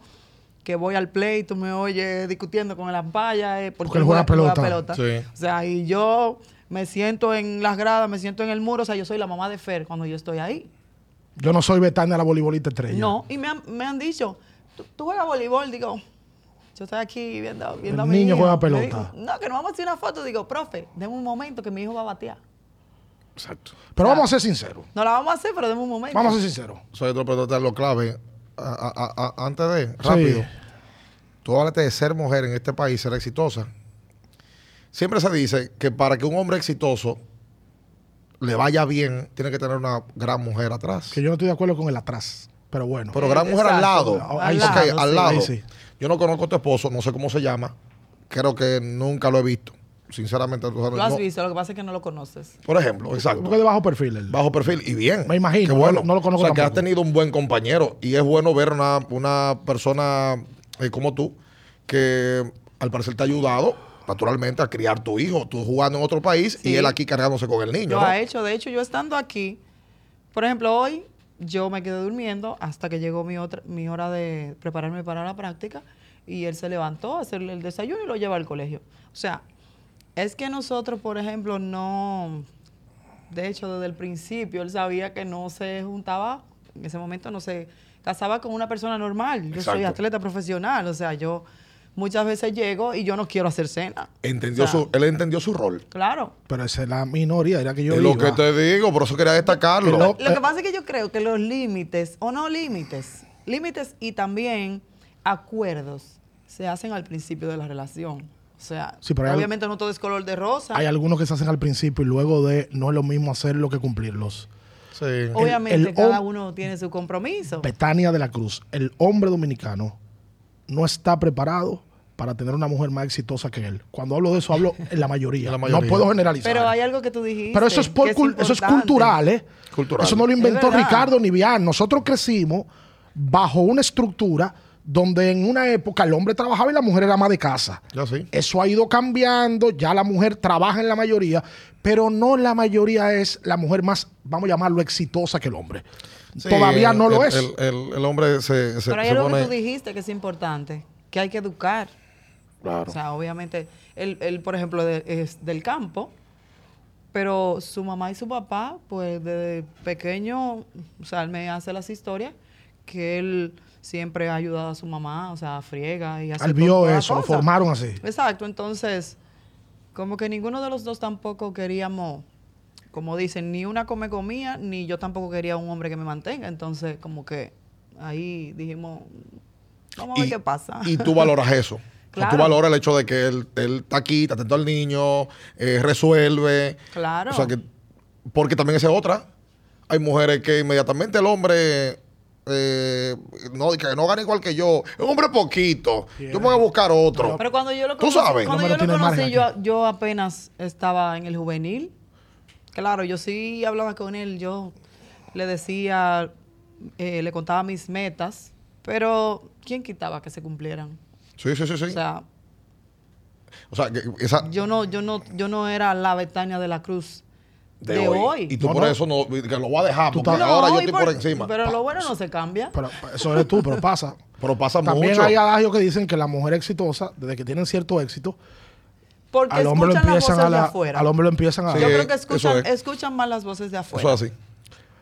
S1: que voy al play, tú me oyes discutiendo con el ampalla, eh,
S2: Porque él juega pelota.
S3: Sí.
S1: o sea, y yo me siento en las gradas, me siento en el muro. O sea, yo soy la mamá de Fer cuando yo estoy ahí.
S2: Yo no soy Betania la voleibolista estrella.
S1: No, y me han, me han dicho, ¿Tú, tú juegas voleibol, digo. Yo estoy aquí viendo, viendo a
S2: El
S1: mi
S2: niño
S1: hijo.
S2: juega
S1: Me
S2: pelota.
S1: dijo, no, que nos vamos a hacer una foto. Digo, profe, deme un momento que mi hijo va a batear.
S3: Exacto.
S2: Pero vamos a ser sinceros.
S1: No la vamos a hacer, pero deme un momento.
S2: Vamos a ser sinceros.
S3: Soy otro pero te lo clave a- a- a- a- antes de rápido.
S2: Sí.
S3: Tú hablaste de ser mujer en este país, ser exitosa. Siempre se dice que para que un hombre exitoso le vaya bien, tiene que tener una gran mujer atrás.
S2: Que yo no estoy de acuerdo con el atrás. Pero bueno.
S3: Pero gran mujer al
S1: Exacto.
S3: lado.
S2: Ahí
S3: Ok,
S2: sí.
S3: al
S2: Ahí
S3: lado.
S2: sí.
S3: Yo no conozco a tu esposo, no sé cómo se llama. Creo que nunca lo he visto. Sinceramente, tú sabes,
S1: Lo has
S3: no.
S1: visto, lo que pasa es que no lo conoces.
S3: Por ejemplo, exacto.
S2: porque de bajo perfil. él.
S3: Bajo perfil y bien.
S2: Me imagino,
S3: Qué
S2: no-
S3: bueno.
S2: no lo conozco
S3: O sea, que has
S2: tampoco.
S3: tenido un buen compañero y es bueno ver una, una persona eh, como tú que al parecer te ha ayudado naturalmente a criar tu hijo, tú jugando en otro país y
S1: Sí.
S3: él aquí cargándose con el niño.
S1: Lo
S3: ¿no?
S1: ha hecho. De hecho, yo estando aquí, por ejemplo, hoy yo me quedé durmiendo hasta que llegó mi, otra, mi hora de prepararme para la práctica y él se levantó a hacerle el desayuno y lo lleva al colegio. O sea, es que nosotros, por ejemplo, no... De hecho, desde el principio él sabía que no se juntaba, en ese momento no se casaba con una persona normal. Yo soy
S3: Exacto.
S1: atleta profesional, o sea, yo muchas veces llego y yo no quiero hacer cena.
S3: Entendió
S1: O sea,
S3: su, él entendió su rol.
S1: Claro.
S2: Pero esa es la minoría. Era que yo ah.
S3: es lo
S2: iba.
S3: que te digo, por eso quería destacarlo.
S2: Pero-
S1: Lo
S2: Eh.
S1: que pasa es que yo creo que los límites, o no límites, límites y también acuerdos se hacen al principio de la relación. O sea,
S2: Sí, pero hay al-
S1: obviamente no todo es color de rosa.
S2: Hay algunos que se hacen al principio y luego de no es lo mismo hacerlo que cumplirlos.
S3: Sí.
S1: obviamente
S2: el- el
S1: cada
S2: hom-
S1: uno tiene su compromiso.
S2: Betania de la Cruz, el hombre dominicano, no está preparado para tener una mujer más exitosa que él. Cuando hablo de eso, hablo en la mayoría.
S3: En la mayoría.
S2: No puedo generalizar.
S1: Pero hay algo que tú dijiste.
S2: Pero eso es, por
S1: que
S2: cul- eso es
S1: importante.
S2: cultural, ¿eh?
S3: Cultural.
S2: Eso no lo
S1: Es
S2: inventó
S1: verdad.
S2: Ricardo ni Bian. Nosotros crecimos bajo una estructura donde en una época el hombre trabajaba y la mujer era más de casa.
S3: Ya sí.
S2: Eso ha ido cambiando, ya la mujer trabaja en la mayoría, pero no la mayoría es la mujer más, vamos a llamarlo, exitosa que el hombre.
S3: Sí,
S2: Todavía no lo
S3: el-
S2: es.
S3: El, el- el hombre se, se,
S1: Pero hay
S3: se
S1: algo
S3: pone.
S1: que tú dijiste que es importante, que hay que educar.
S3: Claro.
S1: O sea, obviamente, él, él, por ejemplo, de- es del campo, pero su mamá y su papá, pues desde pequeño, o sea, él me hace las historias que él siempre ha ayudado a su mamá, o sea, friega y hace
S2: Él
S1: to-
S2: vio
S1: toda
S2: eso, lo
S1: cosa.
S2: formaron así.
S1: Exacto, entonces, como que ninguno de los dos tampoco queríamos, como dicen, ni una come comía, ni yo tampoco quería un hombre que me mantenga, entonces como que ahí dijimos, "Mm, vamos a ver qué pasa.
S3: y tú valoras eso. O sea, tú
S1: Claro.
S3: valoras el hecho de que él, él está aquí, está atento al niño, eh, resuelve.
S1: Claro.
S3: O sea que, porque también esa es otra. Hay mujeres que inmediatamente el hombre eh, eh, no, que no gana igual que yo, es un hombre poquito, yo me voy a buscar otro.
S1: Pero cuando yo lo
S3: Tú
S1: conocí,
S3: sabes.
S2: No
S1: cuando
S2: me
S1: yo
S2: lo tiene
S1: lo
S2: el
S1: conocí,
S2: margen
S1: yo,
S2: aquí.
S1: yo apenas estaba en el juvenil. Claro, yo sí hablaba con él, yo le decía, eh, le contaba mis metas, pero ¿quién quitaba que se cumplieran?
S3: Sí, sí, sí, sí.
S1: O sea,
S3: O sea, que esa,
S1: yo no, yo no, yo no era la Betania de la Cruz de, hoy.
S3: Y tú
S2: No,
S3: por
S2: no.
S3: eso no, que lo voy a dejar, porque
S1: No,
S3: ahora yo
S1: y
S3: estoy por, encima.
S1: Pero lo bueno no se cambia.
S2: Pero, eso eres tú, pero pasa.
S3: Pero pasa
S2: También
S3: mucho.
S2: hay adagios que dicen que la mujer exitosa, desde que tienen cierto éxito,
S1: Porque
S2: al hombre lo
S1: escuchan las voces
S2: empiezan a
S1: de
S2: la,
S1: afuera.
S2: al hombre lo empiezan a
S3: Sí,
S1: Yo
S3: eh,
S1: creo que
S3: eso
S1: escuchan,
S3: es.
S1: escuchan más las voces de afuera.
S3: Eso es así.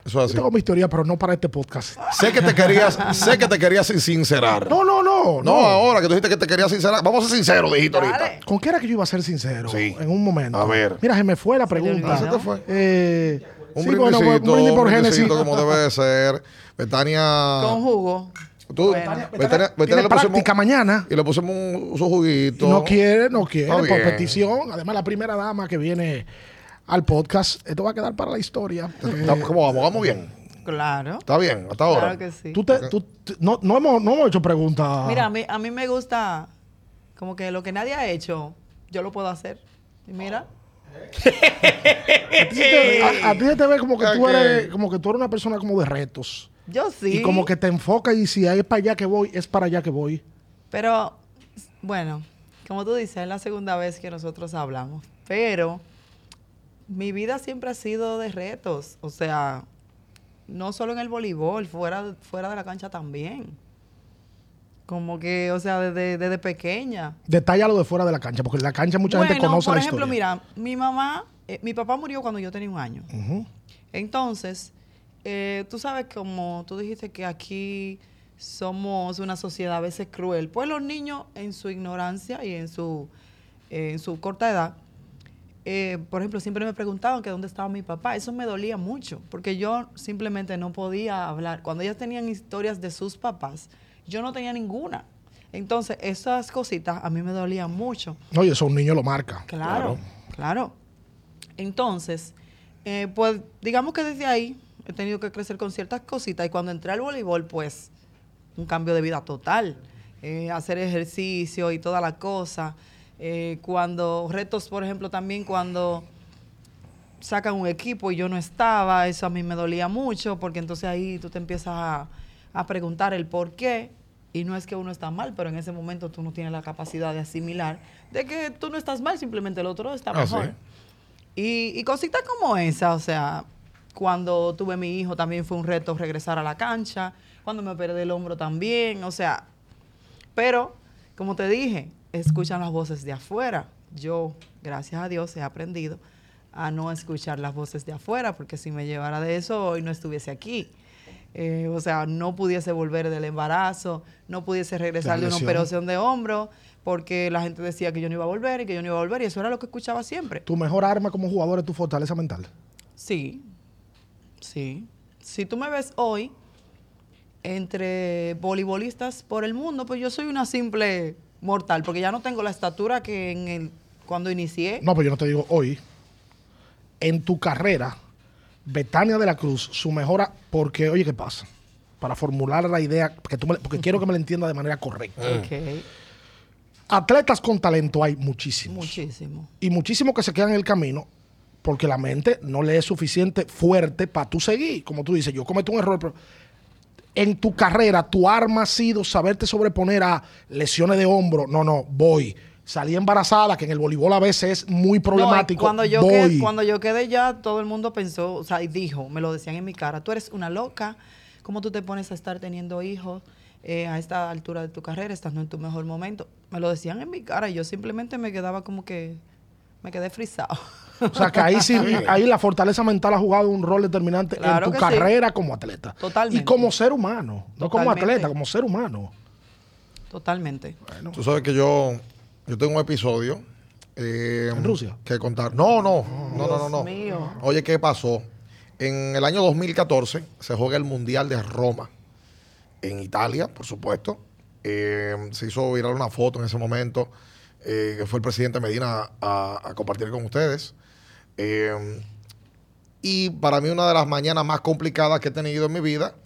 S3: Eso es
S2: Yo
S3: así.
S2: tengo mis teorías, pero no para este podcast.
S3: Sé que te querías, sé que te querías sin- sincerar.
S2: No, no, no, no.
S3: No, ahora que tú dijiste que te querías sincerar. Vamos a ser sinceros, dijiste ahorita.
S1: Dale.
S2: ¿Con qué era que yo iba a ser sincero?
S3: Sí.
S2: En un momento.
S3: A ver.
S2: Mira, se me fue la
S1: le
S2: pregunta.
S1: olvidó. Ah, se
S3: te fue.
S2: Eh,
S3: Un
S2: sí, bueno,
S3: brindisito,
S2: un brindis por
S3: un
S2: Génesis.
S3: brindisito como debe de ser. Betania.
S1: Con jugo.
S3: Tú,
S1: Bueno.
S3: Betania, Betania
S2: Tiene
S3: le pusimos,
S2: práctica mañana.
S3: y le pusimos un, su
S2: Y
S3: juguito.
S2: no quiere, no quiere,
S3: Está
S2: por
S3: bien.
S2: petición. Además, la primera dama que viene al podcast, esto va a quedar para la historia.
S3: Está- ¿Cómo vamos? Vamos bien.
S1: Claro.
S3: Está bien, hasta ahora.
S1: Claro que sí.
S2: Tú te- tú- tú- no, no hemos, no hemos hecho preguntas.
S1: Mira, a mí, a mí me gusta como que lo que nadie ha hecho, yo lo puedo hacer. Y mira,
S2: a ti, se te- a- a ti se te ve como que, tú
S3: Ok.
S2: eres, como que tú eres una persona como de retos.
S1: yo sí.
S2: Y como que te enfoca y si es para allá que voy, es para allá que voy.
S1: Pero, bueno, como tú dices, es la segunda vez que nosotros hablamos. Pero mi vida siempre ha sido de retos. O sea, no solo en el voleibol, fuera, fuera de la cancha también. Como que, o sea, desde, desde pequeña.
S2: Detalla lo de fuera de la cancha, porque en la cancha mucha gente
S1: bueno,
S2: conoce
S1: por
S2: la
S1: ejemplo,
S2: historia.
S1: mira, mi mamá, eh, mi papá murió cuando yo tenía un año.
S2: Ujú.
S1: Entonces, eh, tú sabes como tú dijiste que aquí somos una sociedad a veces cruel. Pues los niños en su ignorancia y en su, eh, en su corta edad, eh, por ejemplo, siempre me preguntaban que dónde estaba mi papá. Eso me dolía mucho porque yo simplemente no podía hablar. Cuando ellas tenían historias de sus papás, yo no tenía ninguna. Entonces, esas cositas a mí me dolían mucho.
S2: No, y eso un niño lo marca.
S1: Claro, claro. Entonces, eh, pues digamos que desde ahí he tenido que crecer con ciertas cositas y cuando entré al voleibol, pues un cambio de vida total. Eh, hacer ejercicio y toda la cosa. Eh, cuando retos, por ejemplo, también cuando sacan un equipo y yo no estaba, eso a mí me dolía mucho, porque entonces ahí tú te empiezas a, a preguntar el por qué, y no es que uno está mal, pero en ese momento tú no tienes la capacidad de asimilar de que tú no estás mal, simplemente el otro está
S3: Ah, sí.
S1: mejor. Y, y cositas como esa, o sea, cuando tuve mi hijo también fue un reto regresar a la cancha, cuando me operé del hombro también, o sea, pero como te dije, escuchan las voces de afuera. Yo, gracias a Dios, he aprendido a no escuchar las voces de afuera, porque si me llevara de eso hoy no estuviese aquí. Eh, o sea, no pudiese volver del embarazo, no pudiese regresar
S2: La
S1: de una
S2: lesión.
S1: operación de hombro, porque la gente decía que yo no iba a volver y que yo no iba a volver, y eso era lo que escuchaba siempre.
S2: Tu mejor arma como jugador es tu fortaleza mental.
S1: Sí, sí. Si tú me ves hoy entre voleibolistas por el mundo, pues yo soy una simple mortal, porque ya no tengo la estatura que en el, cuando inicié.
S2: No, pero yo no te digo hoy. En tu carrera, Betania de la Cruz, su mejora, porque, oye, ¿qué pasa? Para formular la idea, porque, tú me- porque quiero que me la entienda de manera correcta.
S1: Ok,
S2: Atletas con talento hay muchísimos.
S1: muchísimo.
S2: y muchísimos que se quedan en el camino porque la mente no le es suficiente fuerte para tú seguir. Como tú dices, yo cometo un error, pero en tu carrera tu arma ha sido saberte sobreponer a lesiones de hombro. No, no, voy. Salí embarazada, que en el voleibol a veces es muy problemático.
S1: No, y cuando, yo
S2: voy.
S1: quedé, cuando yo quedé ya, todo el mundo pensó, o sea, y dijo, me lo decían en mi cara, tú eres una loca, ¿cómo tú te pones a estar teniendo hijos eh, a esta altura de tu carrera, estando en tu mejor momento? Me lo decían en mi cara y yo simplemente me quedaba como que, me quedé frisado.
S2: O sea, que ahí sí, ahí la fortaleza mental ha jugado un rol determinante
S1: Claro
S2: en tu
S1: que sí.
S2: carrera como atleta.
S1: Totalmente.
S2: Y como ser humano, no como
S1: Totalmente.
S2: atleta, como ser humano.
S1: Totalmente.
S3: Tú sabes que yo, yo tengo un episodio. eh,
S2: ¿En Rusia?
S3: Que contar. No, no, no, no, no. no.
S1: Dios mío.
S3: Oye, ¿qué pasó? En el año 2014 se juega el Mundial de Roma. En Italia, por supuesto. Eh, se hizo viral una foto en ese momento eh, que fue el presidente Medina a, a compartir con ustedes. Eh, y para mí una de las mañanas más complicadas que he tenido en mi vida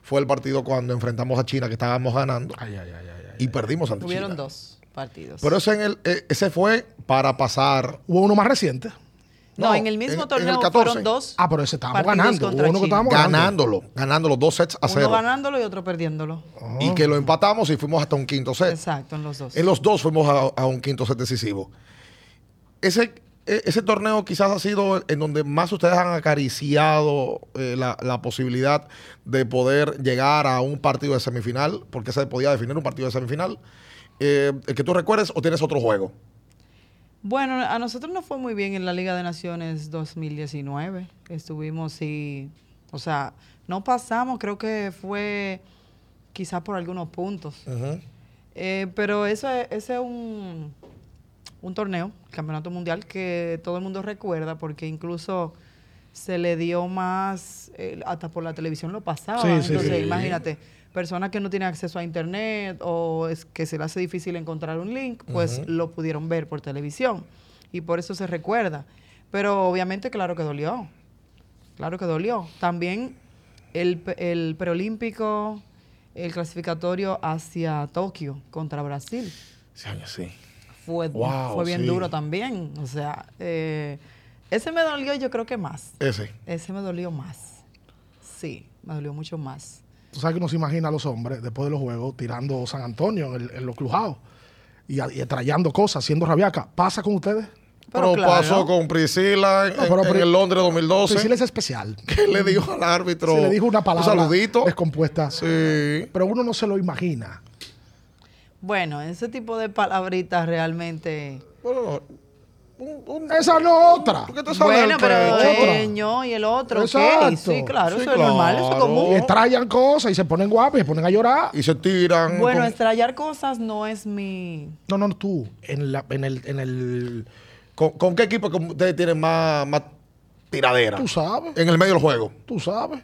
S3: fue el partido cuando enfrentamos a China, que estábamos ganando
S2: Ay, ay, ay, ay, ay.
S3: y perdimos ante
S1: Tuvieron
S3: China.
S1: dos partidos.
S3: Pero ese, en el, eh, ese fue para pasar.
S2: Hubo uno más reciente.
S1: no,
S3: no,
S1: en el
S3: en- en
S1: mismo
S3: el pues,
S1: torneo
S3: 14.
S1: fueron dos.
S2: Ah, pero ese estábamos
S1: Partidos
S2: ganando. Hubo
S1: contra
S2: uno que
S1: China.
S2: estábamos ganando.
S3: Ganándolo, ganándolo dos sets a
S1: Uno
S3: cero.
S1: ganándolo y otro perdiéndolo.
S3: Y que lo empatamos y fuimos hasta un quinto set.
S1: Exacto, en los dos.
S3: En los dos fuimos a, a un quinto set decisivo. Ese, e- ese torneo quizás ha sido en donde más ustedes han acariciado eh, la, la posibilidad de poder llegar a un partido de semifinal, porque se podía definir un partido de semifinal. Eh, ¿El que tú recuerdes o tienes otro juego?
S1: Bueno, a nosotros nos fue muy bien en la Liga de Naciones 2019. Estuvimos y, o sea, no pasamos, creo que fue quizás por algunos puntos. Eh, pero eso es- ese es un, un torneo, Campeonato Mundial, que todo el mundo recuerda porque incluso se le dio más, eh, hasta por la televisión lo pasaba.
S2: Sí, sí,
S1: Entonces,
S2: sí.
S1: imagínate, personas que no tienen acceso a internet o es que se le hace difícil encontrar un link, pues lo pudieron ver por televisión. Y por eso se recuerda. Pero obviamente, claro que dolió. Claro que dolió. También el, pe- el preolímpico, el clasificatorio hacia Tokio contra Brasil.
S3: Sí, año sí.
S1: Fue,
S3: Wow,
S1: fue bien
S3: sí.
S1: duro también. O sea, eh, ese me dolió yo creo que más.
S3: Ese.
S1: Ese me dolió más. Sí, me dolió mucho más.
S2: Tú sabes que uno se imagina a los hombres después de los juegos tirando San Antonio en, el- en los clujados y, a- y trayendo cosas, siendo rabiaca. ¿Pasa con ustedes?
S1: Pero
S3: Pero,
S1: claro.
S3: pasó con Priscila en,
S2: No, pero
S3: en- en
S2: Pri-
S3: el Londres 2012.
S2: Priscila es especial.
S3: que le dijo al árbitro.
S2: Se le dijo una palabra
S3: Un saludito.
S2: descompuesta.
S3: Sí.
S2: Pero uno no se lo imagina.
S1: Bueno, ese tipo de palabritas realmente...
S3: Bueno, un- un-
S2: Esa no otra.
S3: ¿Por qué tú sabes
S1: Bueno,
S3: el que-
S1: pero
S2: otra.
S1: el ño y el otro, ok.
S2: Exacto.
S1: Sí, claro,
S3: Sí,
S1: eso es normal, eso es
S3: claro.
S1: común.
S2: Y trayan cosas y se ponen guapos y se ponen a llorar.
S3: y se tiran.
S1: Bueno,
S3: con-
S1: estrellar cosas no es mi...
S2: No, no, tú. En, la, en, el, en el.
S3: ¿Con, con qué equipo que ustedes tienen más, más tiradera?
S2: Tú sabes.
S3: En el medio del juego.
S2: Tú sabes.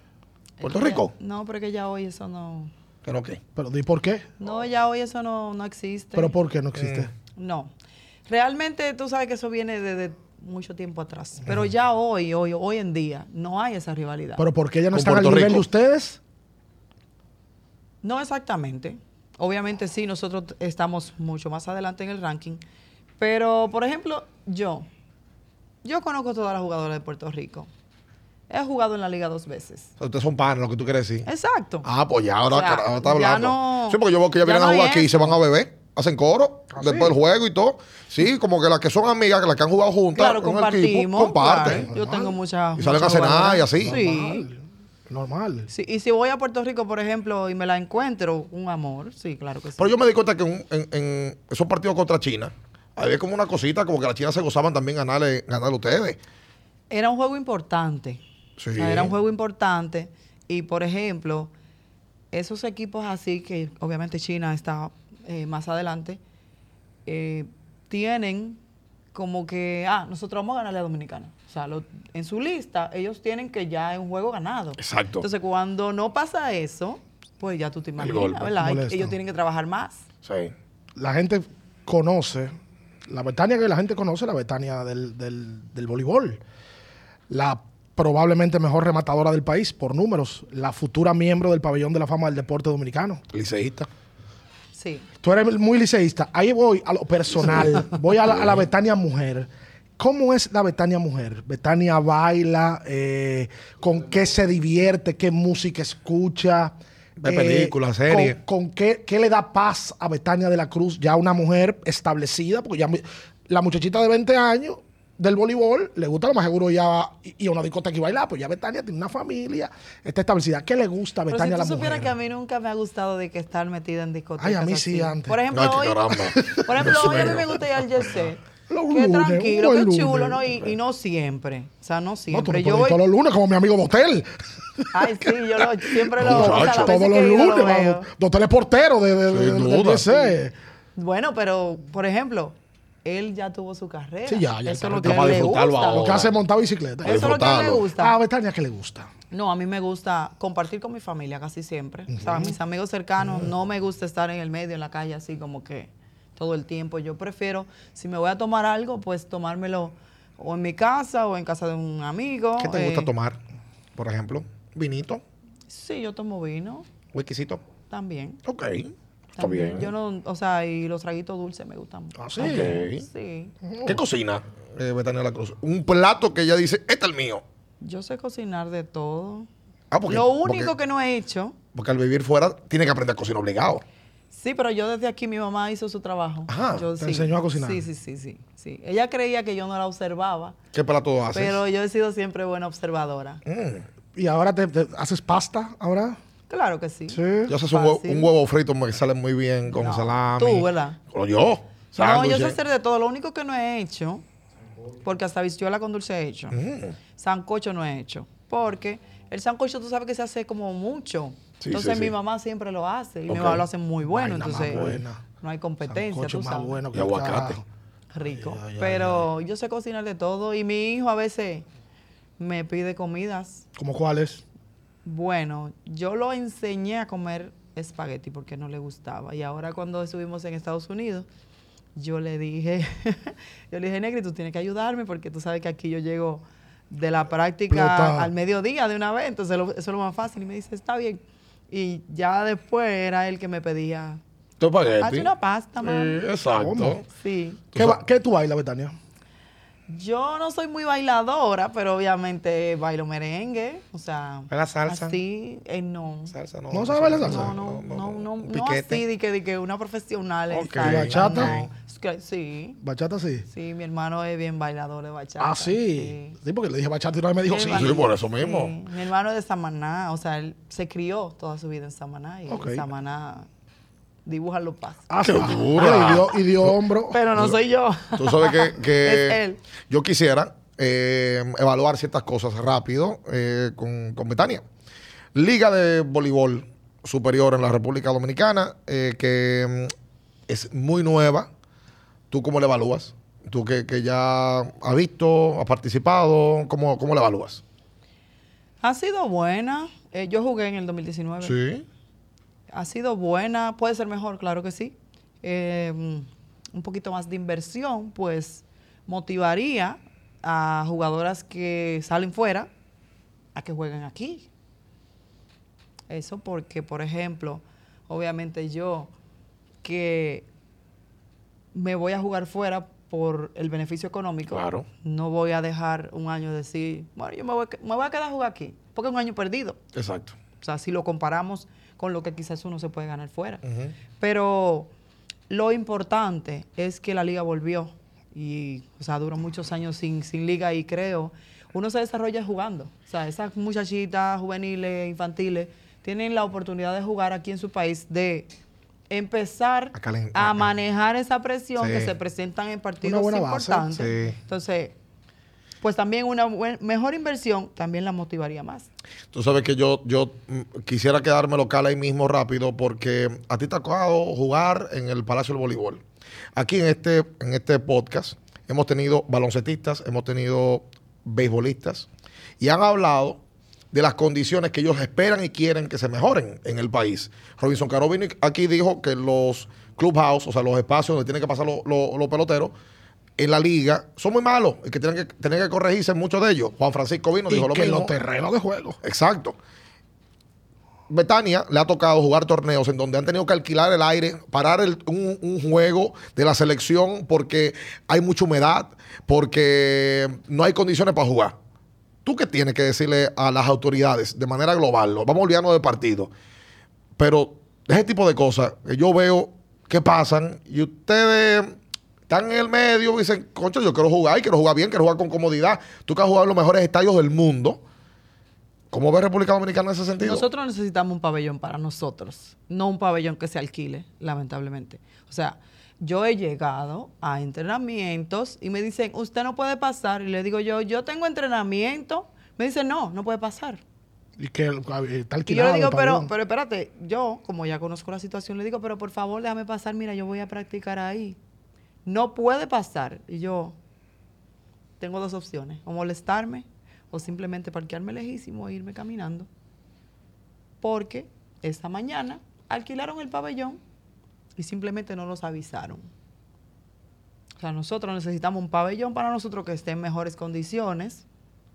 S3: ¿Puerto Rico?
S1: No, pero que ya hoy eso no...
S3: Que no, que.
S2: Pero di por qué.
S1: No, ya hoy eso no, no existe.
S2: Pero por qué no existe.
S3: Eh.
S1: No. Realmente tú sabes que eso viene desde mucho tiempo atrás. Pero ya hoy, hoy, hoy en día, no hay esa rivalidad.
S2: Pero por qué ya no
S3: Con
S2: están al
S3: Puerto
S2: nivel
S3: Rico.
S2: de ustedes.
S1: No exactamente. Obviamente sí, nosotros t- estamos mucho más adelante en el ranking. Pero, por ejemplo, yo, yo conozco todas las jugadoras de Puerto Rico. He jugado en la liga dos veces.
S3: O sea, ustedes son panas, lo que tú quieres decir.
S1: Exacto.
S3: Ah, pues ya, ahora,
S1: O sea,
S3: cara, ahora está
S1: ya
S3: hablando.
S1: no-
S3: sí, porque yo veo que ya
S1: ya
S3: vienen
S1: no
S3: a jugar
S1: hay Ah,
S3: aquí y se
S1: eso.
S3: van a beber, hacen coro, después del juego y todo. Sí, como que las que son amigas, que las que han jugado juntas,
S1: claro,
S3: en un equipo,
S1: compartimos.
S3: comparten.
S1: claro. Yo tengo muchas.
S3: Y salen a
S1: muchas
S3: cenar
S1: jugadoras.
S3: y así.
S1: Sí.
S2: Normal. Normal.
S1: Sí, Y si voy a Puerto Rico, por ejemplo, y me la encuentro, un amor, sí, claro que sí.
S3: Pero yo me di cuenta que un- en, en esos partidos contra China, había como una cosita, como que las chinas se gozaban también ganarle, ganarle a ustedes.
S1: Era un juego importante.
S3: Sí.
S1: O sea, era un juego importante. Y, por ejemplo, esos equipos así, que obviamente China está eh, más adelante, eh, tienen como que, ah, nosotros vamos a ganarle a Dominicana. O sea, lo- en su lista, ellos tienen que ya es un juego ganado.
S3: Exacto.
S1: Entonces, cuando no pasa eso, pues ya tú te
S3: golpe.
S1: imaginas, ¿verdad?
S2: Molesta.
S1: Ellos tienen que trabajar más.
S3: Sí.
S2: la gente conoce, la Betania que la gente conoce, la Betania del, del- del voleibol. La probablemente mejor rematadora del país por números, la futura miembro del pabellón de la fama del deporte dominicano.
S3: Liceísta.
S1: Sí.
S2: Tú eres muy liceísta. Ahí voy a lo personal. Voy a la, a la Betania mujer. ¿Cómo es la Betania mujer? ¿Betania baila? eh, ¿Con qué se divierte? ¿Qué música escucha? Eh,
S3: Ve películas, series.
S2: ¿Con, con qué, qué le da paz a Betania de la Cruz? Ya una mujer establecida, porque ya mu- la muchachita de 20 años del voleibol le gusta lo más seguro ya y y a una discoteca y bailar, pues ya Betania tiene una familia, está establecida. ¿Qué le gusta a
S1: Pero
S2: Betania
S1: si
S2: a
S1: tú
S2: Pues la
S1: supieras
S2: mujer?
S1: que a mí nunca me ha gustado de que estar metida en discotecas
S2: Ay, a mí
S1: así.
S2: sí, antes.
S1: Por ejemplo,
S3: Ay, qué
S1: hoy,
S3: caramba.
S1: por ejemplo,
S3: Dios
S1: hoy a mí
S3: mío.
S1: me gusta ir al jet set.
S2: Los
S1: Qué
S2: lunes,
S1: tranquilo,
S2: un
S1: qué
S2: buen
S1: chulo,
S2: lunes.
S1: ¿no? Y, y no siempre. O sea, no
S2: No, tú
S1: siempre.
S2: no
S1: yo
S2: puedes ir
S1: voy...
S2: todos los lunes como mi amigo Botel.
S1: Ay, sí, yo lo- siempre lo... o sea, las
S3: Muchacho.
S1: veces
S2: todos
S1: que
S2: los
S1: he ido lo
S2: lunes,
S1: veo.
S2: vamos. Botel es portero de, de,
S3: Sin
S2: de- del
S3: duda.
S2: DC.
S1: Bueno, pero, por ejemplo, él ya tuvo su carrera.
S2: Sí, ya,
S1: Eso
S2: ya,
S1: es
S2: claro,
S1: lo
S2: tú
S1: que a
S3: vas
S1: él
S3: a
S1: le
S3: disfrutarlo
S1: gusta.
S2: Lo que
S3: ahora.
S2: hace es montar bicicleta.
S1: Eso es lo que a él le
S3: disfrutarlo.
S1: gusta.
S2: Ah, Betania, ¿qué le gusta?
S1: No, a mí me gusta compartir con mi familia casi siempre. O sea, mis amigos cercanos, no me gusta estar en el medio, en la calle, así como que todo el tiempo. Yo prefiero, si me voy a tomar algo, pues tomármelo o en mi casa o en casa de un amigo.
S3: ¿Qué te gusta
S1: eh,
S3: tomar? Por ejemplo, vinito.
S1: Sí, yo tomo vino
S3: Whiskycito.
S1: también.
S3: Ok. Está
S1: también.
S3: bien.
S1: Yo no, o sea, y los traguitos dulces me gustan mucho.
S2: Ah, sí.
S3: Ok.
S1: Sí.
S3: ¿Qué cocina eh, Betania La Cruz? Un plato que ella dice, este es el mío.
S1: Yo sé cocinar de todo.
S3: Ah, porque-
S1: Lo único
S3: porque-
S1: que no he hecho,
S3: Porque al vivir fuera tiene que aprender a cocinar obligado.
S1: sí, pero yo desde aquí mi mamá hizo su trabajo.
S3: Ajá,
S1: Yo
S2: te
S1: sí.
S2: enseñó a cocinar.
S1: Sí, sí, sí, sí, sí. Ella creía que yo no la observaba,
S3: ¿Qué plato
S2: ¿Ah,
S3: haces?
S1: pero yo he sido siempre buena observadora.
S2: ¿Eh? ¿Y ahora te, te- haces pasta? ¿Ahora?
S1: Claro que sí.
S2: Sí.
S3: Yo haces un, hue-
S1: Fácil.
S3: un huevo frito me sale muy bien con
S1: No,
S3: salami.
S1: tú, ¿verdad?
S3: O yo.
S1: No,
S3: sándwiches.
S1: yo sé hacer de todo. Lo único que no he hecho, porque hasta bichuela con dulce he hecho.
S2: Mm.
S1: Sancocho no he hecho. Porque el sancocho tú sabes que se hace como mucho.
S3: Sí,
S1: entonces
S3: sí,
S1: mi
S3: sí.
S1: mamá siempre lo hace. Y
S3: Ok.
S1: mi mamá lo hace muy bueno.
S2: Vaina más
S1: entonces
S2: buena.
S1: no hay competencia,
S2: Sancocho
S1: tú
S2: más
S1: sabes.
S2: bueno que
S3: Y
S2: el
S3: aguacate.
S2: carajo.
S1: Rico. Pero yo sé cocinar de todo. Y mi hijo a veces me pide comidas.
S2: ¿Cómo cuáles?
S1: Bueno, yo lo enseñé a comer espagueti porque no le gustaba. Y ahora cuando estuvimos en Estados Unidos, yo le dije, yo le dije, Negri, tú tienes que ayudarme porque tú sabes que aquí yo llego de la práctica
S2: Explotado.
S1: al mediodía de una vez, entonces lo- eso es lo más fácil. Y me dice, está bien. Y ya después era él que me pedía,
S3: Tu espagueti.
S1: hazte una pasta,
S3: Sí,
S1: mamá.
S3: exacto.
S2: ¿Cómo?
S1: Sí.
S2: ¿Qué, ba- qué tú bailas, Betania?
S1: Yo no soy muy bailadora, pero obviamente bailo merengue, o sea,
S3: ¿Baila salsa?
S1: así, eh, no.
S3: Salsa,
S2: ¿No sabe bailar salsa?
S1: No, no, no, no, no
S3: Un piquete.
S1: así de que, de que una profesional es
S3: Ok.
S1: salsa,
S2: ¿Bachata?
S1: no. Es que- Sí,
S2: ¿Bachata sí?
S1: sí, mi hermano es bien bailador de bachata.
S2: Ah, sí. Sí, porque le dije bachata y una vez me dijo
S1: Mi
S2: sí.
S1: hermano-
S3: sí, por eso mismo.
S1: Mi hermano es de Samaná, o sea, él se crió toda su vida en Samaná y
S2: Ok.
S1: en Samaná dibuja los pasos.
S2: Ah,
S3: ¡Qué
S2: sí.
S3: dura!
S2: Y dio, y dio hombro.
S1: Pero no soy yo.
S3: Tú sabes que, que
S1: Es él.
S3: yo quisiera eh, evaluar ciertas cosas rápido eh, con, con Betania. Liga de voleibol superior en la República Dominicana, eh, que mm, es muy nueva. ¿Tú cómo la evalúas? Tú que, que ya has visto, has participado, ¿cómo, cómo la evalúas?
S1: Ha sido buena. Eh, yo jugué en el 2019.
S3: Sí.
S1: ha sido buena, puede ser mejor, claro que sí. Eh, un poquito más de inversión, pues motivaría a jugadoras que salen fuera a que jueguen aquí. Eso porque, por ejemplo, obviamente yo que me voy a jugar fuera por el beneficio económico,
S3: Claro.
S1: no voy a dejar un año decir, bueno, yo me voy, a- me voy a quedar a jugar aquí, porque es un año perdido.
S3: Exacto.
S1: O sea, si lo comparamos con lo que quizás uno se puede ganar fuera. Pero lo importante es que la liga volvió. Y, o sea, duró muchos años sin, sin liga y creo, uno se desarrolla jugando. O sea, esas muchachitas juveniles, infantiles, tienen la oportunidad de jugar aquí en su país, de empezar
S3: A calen-
S1: a,
S3: a-
S1: manejar esa presión
S3: Sí.
S1: que se presentan en partidos
S2: buena base,
S1: importantes.
S3: sí.
S1: Entonces, pues también una buen- mejor inversión también la motivaría más.
S3: Tú sabes que yo, yo mm, quisiera quedarme local ahí mismo rápido porque a ti te ha tocado jugar en el Palacio del Voleibol. Aquí en este, en este podcast hemos tenido baloncetistas, hemos tenido beisbolistas y han hablado de las condiciones que ellos esperan y quieren que se mejoren en el país. Robinson Caro vino y aquí dijo que los clubhouse, o sea, los espacios donde tienen que pasar los- los- los peloteros, en la liga son muy malos y que tienen que, tienen que corregirse muchos de ellos. Juan Francisco vino, dijo
S2: y
S3: lo
S2: que
S3: mismo.
S2: los terrenos de juego.
S3: Exacto. Betania le ha tocado jugar torneos en donde han tenido que alquilar el aire, parar el- un, un juego de la selección porque hay mucha humedad, porque no hay condiciones para jugar. ¿Tú qué tienes que decirle a las autoridades de manera global? Vamos a olvidarnos de partido. Pero ese tipo de cosas que yo veo que pasan y ustedes están en el medio y dicen, concho, yo quiero jugar y quiero jugar bien, quiero jugar con comodidad. Tú que has jugado en los mejores estadios del mundo. ¿Cómo ve República Dominicana en ese sentido?
S1: Nosotros necesitamos un pabellón para nosotros, no un pabellón que se alquile, lamentablemente. O sea, yo he llegado a entrenamientos y me dicen, usted no puede pasar. Y le digo yo, yo tengo entrenamiento. Me dicen, no, no puede pasar.
S2: Y que el- eh,
S1: Y yo
S2: está alquilado.
S1: le digo,
S2: el
S1: pero,
S2: pabellón.
S1: pero espérate, yo, como ya conozco la situación, le digo, pero por favor, déjame pasar, mira, yo voy a practicar ahí. No puede pasar. Y yo tengo dos opciones, o molestarme o simplemente parquearme lejísimo e irme caminando. Porque esta mañana alquilaron el pabellón y simplemente no los avisaron. O sea, nosotros necesitamos un pabellón para nosotros que esté en mejores condiciones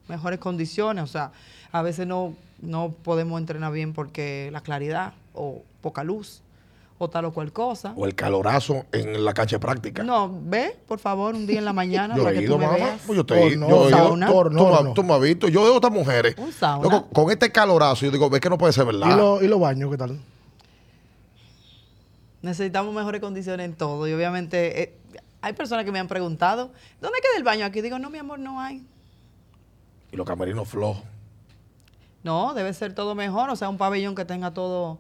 S1: mejores condiciones. O sea, a veces no, no podemos entrenar bien porque la claridad o poca luz o tal o cual cosa.
S3: O el calorazo en la cancha de práctica.
S1: No, ve, por favor, un día en la mañana
S3: Yo
S1: para
S3: he
S1: que
S3: ido,
S1: tú me
S3: mamá.
S1: veas.
S3: Pues yo te he
S2: Torno,
S3: ido. yo he ido.
S1: sauna.
S3: Tú me-
S2: Torno.
S3: Tú me has visto. Yo veo a estas mujeres.
S1: Un sauna.
S3: Loco, con este calorazo, yo digo, ves que no puede ser verdad.
S2: ¿Y los y los baños qué tal?
S1: Necesitamos mejores condiciones en todo. Y obviamente, eh, hay personas que me han preguntado, ¿dónde queda el baño aquí? Digo, no, mi amor, no hay.
S3: Y los camerinos flojos.
S1: No, debe ser todo mejor, o sea, un pabellón que tenga todo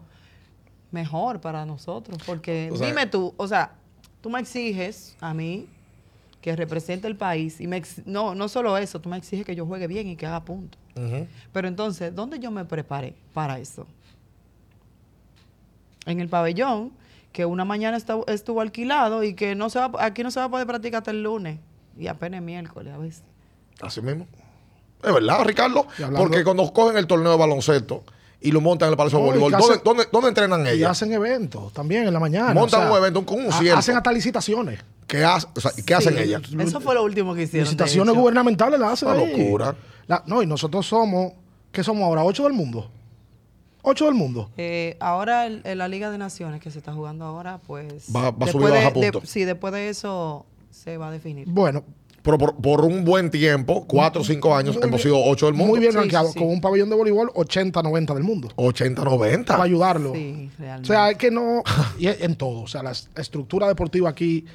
S1: mejor para nosotros. Porque
S3: O sea-
S1: dime tú, o sea, tú me exiges a mí que represente el país y me ex- no, no solo eso, tú me exiges que yo juegue bien y que haga punto. Pero entonces, ¿dónde yo me preparé para eso? En el pabellón, que una mañana estu- estuvo alquilado y que no se va, aquí no se va a poder practicar hasta el lunes y apenas es miércoles a veces.
S3: Así mismo. Es verdad, Ricardo.
S2: Y hablando-
S3: Porque cuando cogen el torneo de baloncesto y lo montan en el Palacio de
S2: No, y
S3: Voleibol,
S2: que
S3: ¿dónde,
S2: hacen-
S3: dónde, dónde entrenan
S2: Y
S3: ellas?
S2: hacen eventos también en la mañana.
S3: Montan un evento con un
S2: ha-
S3: cierto.
S2: Hacen hasta licitaciones.
S3: ¿Qué, hace- o sea, ¿y qué hacen
S1: Sí,
S3: ellas?
S1: Eso fue lo último que hicieron. de
S2: licitaciones
S1: hecho.
S2: gubernamentales las hacen.
S3: Una
S2: ahí.
S3: locura.
S2: La- no, y nosotros somos, ¿qué somos ahora? ¿Ocho del mundo? ¿Ocho del mundo?
S1: Eh, ahora el- el- la Liga de Naciones que se está jugando ahora, pues...
S3: Va- va a
S1: después
S3: subir, baja
S1: de- de-
S3: punto.
S1: sí, después de eso se va a definir.
S2: Bueno.
S3: Pero por, por un buen tiempo, cuatro o cinco años,
S2: muy
S3: hemos
S2: bien-
S3: sido ocho del mundo. Oh,
S2: Muy bien
S1: Sí,
S2: rankeado,
S1: sí, sí.
S2: con un pabellón de voleibol 80-90 del mundo.
S3: 80,
S2: Para
S3: 90.
S2: ayudarlo.
S1: Sí,
S2: O
S1: realmente.
S2: sea, es que no. Y es en todo. O sea, la es- estructura deportiva aquí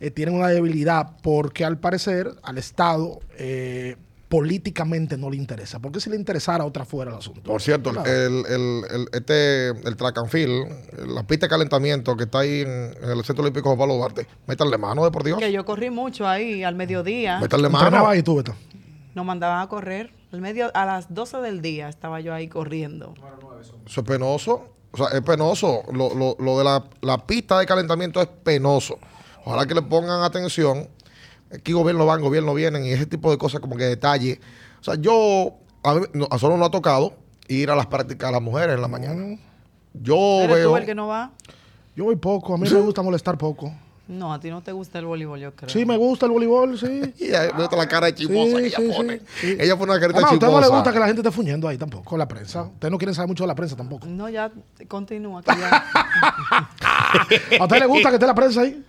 S2: eh, tiene una debilidad porque al parecer al Estado eh, políticamente no le interesa. Porque si le interesara, otra fuera el asunto.
S3: Por cierto, el, el, el- el- este, el track and field, la pista de calentamiento que está ahí en, en el Centro Olímpico Juan Pablo Duarte, métanle mano, de por Dios.
S1: que yo corrí mucho ahí al mediodía.
S3: Métanle
S2: Entrenaba
S3: mano.
S2: ahí tú, Beto.
S1: Nos mandaban a correr. Al medio, a las 12 del día estaba yo ahí corriendo.
S3: Eso es penoso. O sea, es penoso. Lo, lo- lo de la, la pista de calentamiento es penoso. Ojalá que le pongan atención. Aquí gobierno van, gobierno vienen y ese tipo de cosas como que detalle. O sea, yo, a, mí, no, a solo no ha tocado ir a las prácticas de las mujeres en la mañana. Yo
S1: ¿Eres
S3: veo...
S1: tú el que no va?
S2: Yo voy poco, a mí me gusta molestar poco.
S1: No, a ti no te gusta el voleibol, yo creo.
S2: Sí, me gusta el voleibol, sí.
S3: Y ella, nota la cara de chismosa
S2: Sí,
S3: que ella
S2: sí,
S3: pone.
S2: sí, sí.
S3: Ella pone una carita
S2: Además, a usted
S3: chismosa.
S2: no le gusta que la gente esté fuñendo ahí tampoco, la prensa. Ustedes no quieren saber mucho de la prensa tampoco.
S1: No, ya te- continúa. que ya-
S2: ¿A usted le gusta que esté la prensa ahí?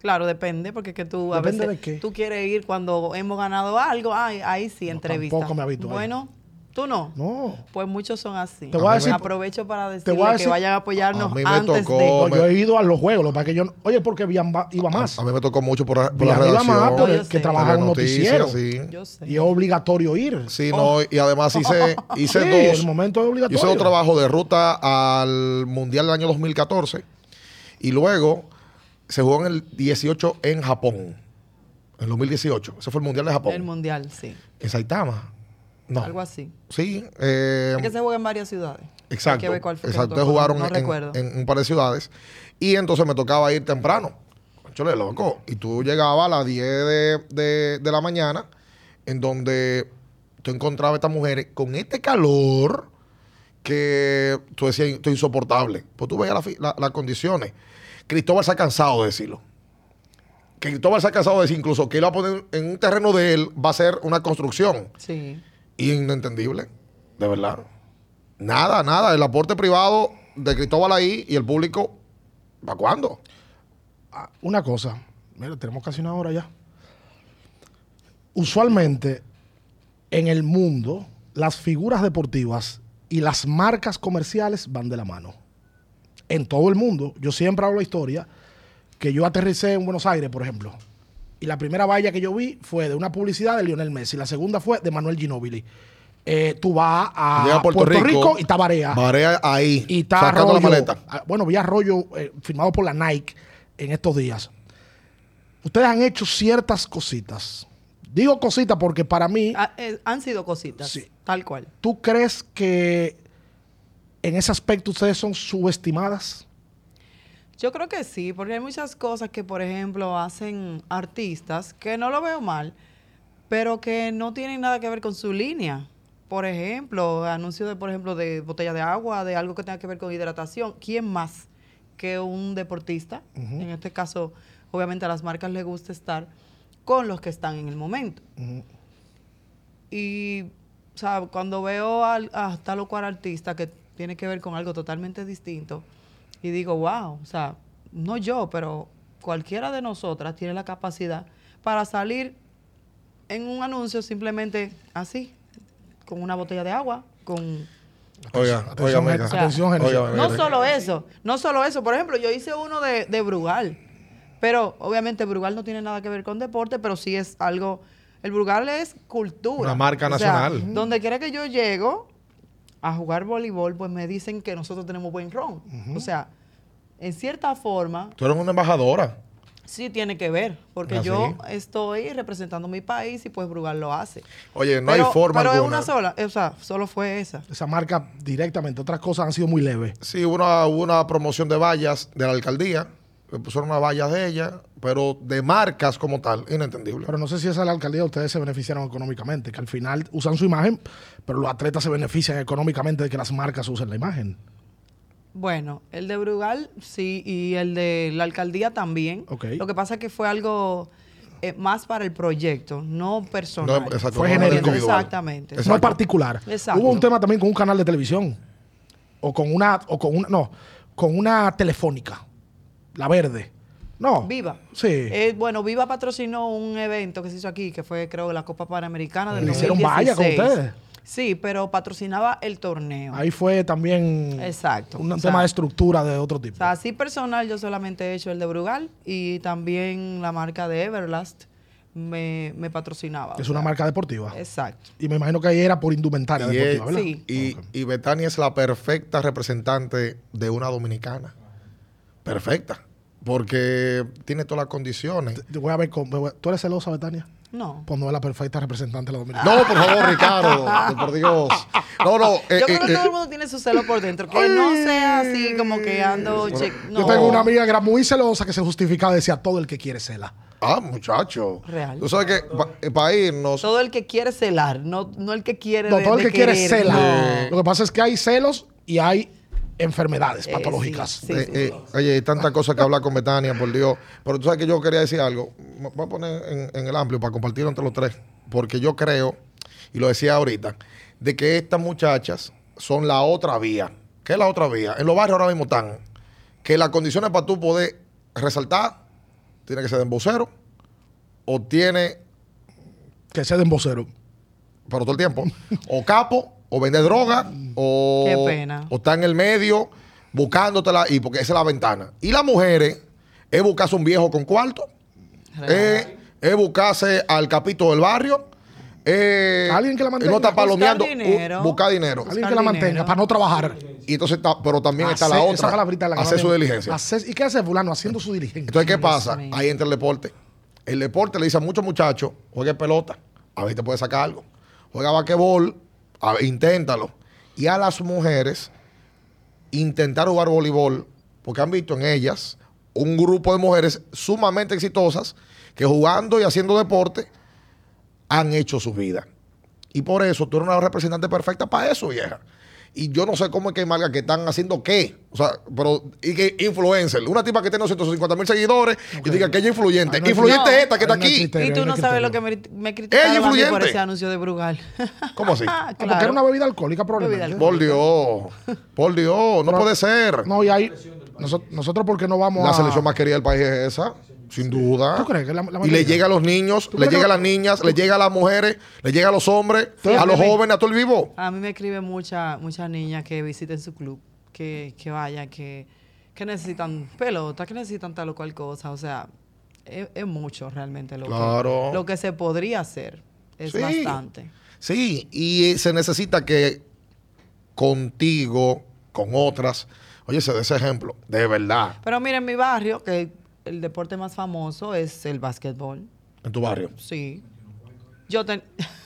S1: claro, depende, porque es que tú a
S2: Depende
S1: veces
S2: de qué.
S1: tú quieres ir cuando hemos ganado algo. Ay, ahí sí, entrevista.
S2: tampoco me habitúo ahí.
S1: Bueno, tú no.
S2: No.
S1: Pues muchos son así.
S2: Te voy a decir-
S1: Aprovecho para
S2: voy a
S1: decirle
S2: decir-
S1: que vayan a apoyarnos
S3: A mí me
S1: antes
S3: tocó-
S1: de.
S2: No, yo he ido a los juegos, lo que pasa es que yo. Oye, porque Viamba iba más.
S3: A mí me tocó mucho por, la- por la
S2: Viamba iba
S3: redacción.
S2: más por
S1: No,
S2: el
S1: yo
S2: que
S1: sé.
S2: trabaja en un
S3: Noticias,
S2: noticiero.
S3: sí.
S1: Yo Oh. sé.
S2: Y es obligatorio ir.
S3: Sí, no, y además hice, hice
S2: Sí,
S3: dos.
S2: el momento es
S3: Yo
S2: obligatorio.
S3: hice un trabajo de ruta al Mundial del año 2014 y luego se jugó en el 18 en Japón. En 2018. Ese fue el Mundial de Japón.
S1: El mundial, sí.
S3: en Saitama. No.
S1: Algo así.
S3: Sí. eh,
S1: Es que se juega en varias ciudades. Hay
S3: exacto.
S1: que ver cuál fue que
S3: exacto.
S1: tocó,
S3: jugaron
S1: no
S3: en,
S1: recuerdo.
S3: en un par de ciudades. Y entonces me tocaba ir temprano. Chole, loco. Y tú llegabas a las 10 de, de- de la mañana, en donde tú encontrabas a estas mujeres con este calor que tú decías, esto es insoportable. Pues tú veías la fi- la- las condiciones. Cristóbal se ha cansado de decirlo. Que Cristóbal se ha cansado de decir incluso que él va a poner en un terreno de él, va a ser una construcción.
S1: Sí.
S3: Inentendible, de verdad. Nada, nada. El aporte privado de Cristóbal ahí y el público, ¿para cuándo?
S2: Ah, Una cosa. Mira, tenemos casi una hora ya. Usualmente, en el mundo, las figuras deportivas y las marcas comerciales van de la mano. En todo el mundo. Yo siempre hablo de historia que yo aterricé en Buenos Aires, por ejemplo. Y la primera valla que yo vi fue de una publicidad de Lionel Messi. La segunda fue de Manuel Ginóbili. Eh, tú vas a
S3: Llega a Puerto, Rico,
S2: y está Barea.
S3: Barea ahí,
S2: Y está
S3: sacando la
S2: Arroyo.
S3: maleta.
S2: Ah, Bueno, vi Arroyo eh, firmado por la Nike en estos días. Ustedes han hecho ciertas cositas. Digo cositas porque para mí,
S1: Ha- eh, han sido cositas.
S2: Sí.
S1: Tal cual.
S2: ¿tú crees que en ese aspecto ustedes son subestimadas?
S1: Yo creo que sí, porque hay muchas cosas que, por ejemplo, hacen artistas que no lo veo mal, pero que no tienen nada que ver con su línea. Por ejemplo, anuncios de, por ejemplo, de botella de agua, de algo que tenga que ver con hidratación. ¿Quién más que un deportista? En este caso, obviamente a las marcas les gusta estar con los que están en el momento. Y, o sea, cuando veo al- a tal o cual artista que tiene que ver con algo totalmente distinto, y digo, wow, o sea, no yo, pero cualquiera de nosotras tiene la capacidad para salir en un anuncio simplemente así, con una botella de agua, con
S3: Oiga, oiga,
S2: Atención,
S3: oiga.
S2: atención,
S3: Oiga,
S2: Genesis.
S3: oiga,
S1: no
S3: oiga.
S1: solo eso, no solo eso. Por ejemplo, yo hice uno de, de Brugal. Pero obviamente Brugal no tiene nada que ver con deporte, pero sí es algo. El Brugal es cultura.
S3: Una marca
S1: O sea,
S3: nacional.
S1: donde quiera que yo llego a jugar voleibol, pues me dicen que nosotros tenemos buen ron. O sea, en cierta forma,
S3: Tú eres una embajadora.
S1: sí tiene que ver. Porque
S3: Ah,
S1: yo
S3: sí.
S1: estoy representando mi país y pues Brugal lo hace.
S3: Oye, no hay
S1: Pero-
S3: forma
S1: Pero es
S3: alguna.
S1: una sola. O sea, solo fue esa.
S2: Esa marca directamente, otras cosas han sido muy leves.
S3: Sí, hubo una, hubo una promoción de vallas de la alcaldía. Le pusieron una vallas de ella, pero de marcas como tal, inentendible.
S2: Pero no sé si esa es la alcaldía, ustedes se beneficiaron económicamente, que al final usan su imagen, pero los atletas se benefician económicamente de que las marcas usen la imagen.
S1: Bueno, el de Brugal sí y el de la alcaldía también.
S2: Ok.
S1: Lo que pasa es que fue algo eh, más para el proyecto, no personal.
S3: No, exacto,
S2: Fue
S3: no, no
S2: genérico.
S3: individual.
S1: Exactamente.
S3: Exacto.
S2: No particular.
S1: Exacto.
S2: Hubo un tema también con un canal de televisión. O con una, o con una, no, con una telefónica. La verde. No.
S1: Viva.
S2: Sí.
S1: Eh, bueno, Viva patrocinó un evento que se hizo aquí, que fue creo la Copa Panamericana del
S2: Le hicieron valla con
S1: 2016.
S2: ustedes.
S1: Sí, pero patrocinaba el torneo.
S2: Ahí fue también
S1: Exacto.
S2: un
S1: O
S2: tema
S1: sea,
S2: de estructura de otro tipo.
S1: O sea, así personal yo solamente he hecho el de Brugal y también la marca de Everlast me, me patrocinaba. o
S2: es una
S1: sea,
S2: marca deportiva.
S1: Exacto.
S2: Y me imagino que ahí era por indumentaria
S3: Y,
S2: Ah, deportiva,
S3: es-
S2: ¿verdad?
S1: sí.
S3: y- y Betania es la perfecta representante de una dominicana. Perfecta. Porque tiene todas las condiciones.
S2: Te voy a ver con- me voy a- ¿Tú eres celosa, Betania?
S1: No.
S2: Pues no es la perfecta representante de la dominicana.
S3: No, por favor, Ricardo. Por Dios. No, no. eh,
S1: Yo
S3: eh,
S1: creo que
S3: eh,
S1: todo el mundo tiene su celo por dentro. Que no sea así como que ando. che- Ah, no.
S2: Yo tengo una amiga que era muy celosa que se justificaba y decía todo el que quiere cela.
S3: Ah, muchacho.
S1: Real.
S3: Tú sabes que eh, para irnos.
S1: Todo el que quiere celar, no, no el que quiere.
S2: No,
S1: de-
S2: todo el
S1: de
S2: que quiere
S1: querer,
S2: cela.
S1: no.
S2: Lo que pasa es que hay celos y hay enfermedades
S1: Eh,
S2: patológicas.
S1: sí, sí.
S3: eh, eh, Oye, hay tantas cosas que hablar con Betania, por Dios. Pero tú sabes que yo quería decir algo. Me Voy a poner en, en el amplio para compartirlo entre los tres. Porque yo creo, y lo decía ahorita, de que estas muchachas son la otra vía. ¿Qué es la otra vía? En los barrios ahora mismo están que las condiciones para tú poder resaltar tiene que ser de embocero o tiene
S2: Que se den vocero.
S3: pero todo el tiempo. O capo, o vende droga, o,
S1: Qué pena.
S3: o está en el medio buscándotela, y porque esa es la ventana. Y las mujeres es buscarse un viejo con cuarto,
S1: Eh,
S3: es, es buscarse al capito del barrio, es-
S2: Alguien que la
S3: es
S2: mantenga.
S3: no está
S2: Buscar
S3: palomeando, u-
S1: dinero.
S3: buscar dinero.
S2: Alguien
S1: Buscar
S2: que la
S1: dinero.
S2: mantenga para no trabajar.
S3: Y entonces está, pero también está la
S2: Hacer-
S3: otra,
S2: esa palabrita es la que
S3: hacer
S2: no
S3: su
S2: me-
S3: diligencia.
S2: hacer- ¿Y qué hace fulano? Haciendo su diligencia.
S3: Entonces, ¿qué pasa?
S1: mío.
S3: Ahí entra el deporte. El deporte le dice a muchos muchachos, juegue pelota, a ver te puede sacar algo. Juega basquetbol, a ver, inténtalo. Y a las mujeres, intentar jugar voleibol, porque han visto en ellas un grupo de mujeres sumamente exitosas que jugando y haciendo deporte han hecho su vida. Y por eso tú eres una representante perfecta para eso, vieja. Y yo no sé cómo es que hay marcas que están haciendo qué. O sea, pero. Y que influencer. Una tipa que tiene 250 mil seguidores y diga que ella es influyente.
S2: Ahí Ah, no hay-
S3: influyente
S1: No.
S3: es esta que está
S2: ahí no hay
S3: aquí.
S2: criterio.
S1: Y tú
S2: hay
S1: no sabes
S2: criterio.
S1: lo que me, me
S3: Ella
S1: criticaron a mí por
S3: influyente.
S1: ese anuncio de Brugal.
S3: ¿Cómo así?
S1: Ah,
S2: Ah, Porque era una
S1: claro.
S2: bebida alcohólica probablemente.
S1: alcohólica.
S3: Por Dios. Por Dios. No puede ser.
S2: No, y ahí. noso- nosotros, porque no vamos a.
S3: La selección más querida del país es esa. Sin duda.
S2: ¿Tú crees que la- la
S3: y
S2: mayoría?
S3: le llega a los niños, le
S2: crees
S3: llega a
S2: que-
S3: las niñas, le llega a las mujeres, le llega a los hombres, a los
S2: crees?
S3: jóvenes, a todo el vivo.
S1: A mí me escriben muchas muchas niñas que visiten su club, que, que vayan, que, que necesitan pelota, que necesitan tal o cual cosa. O sea, e, es, es mucho realmente lo,
S3: Claro.
S1: que, lo que se podría hacer. Es
S3: Sí.
S1: bastante.
S3: Sí, y eh, se necesita que contigo, con otras, oye, se dé ese ejemplo, de verdad,
S1: Pero mira, en mi barrio, que el deporte más famoso es el básquetbol.
S3: en tu barrio.
S1: Sí. Yo, ten-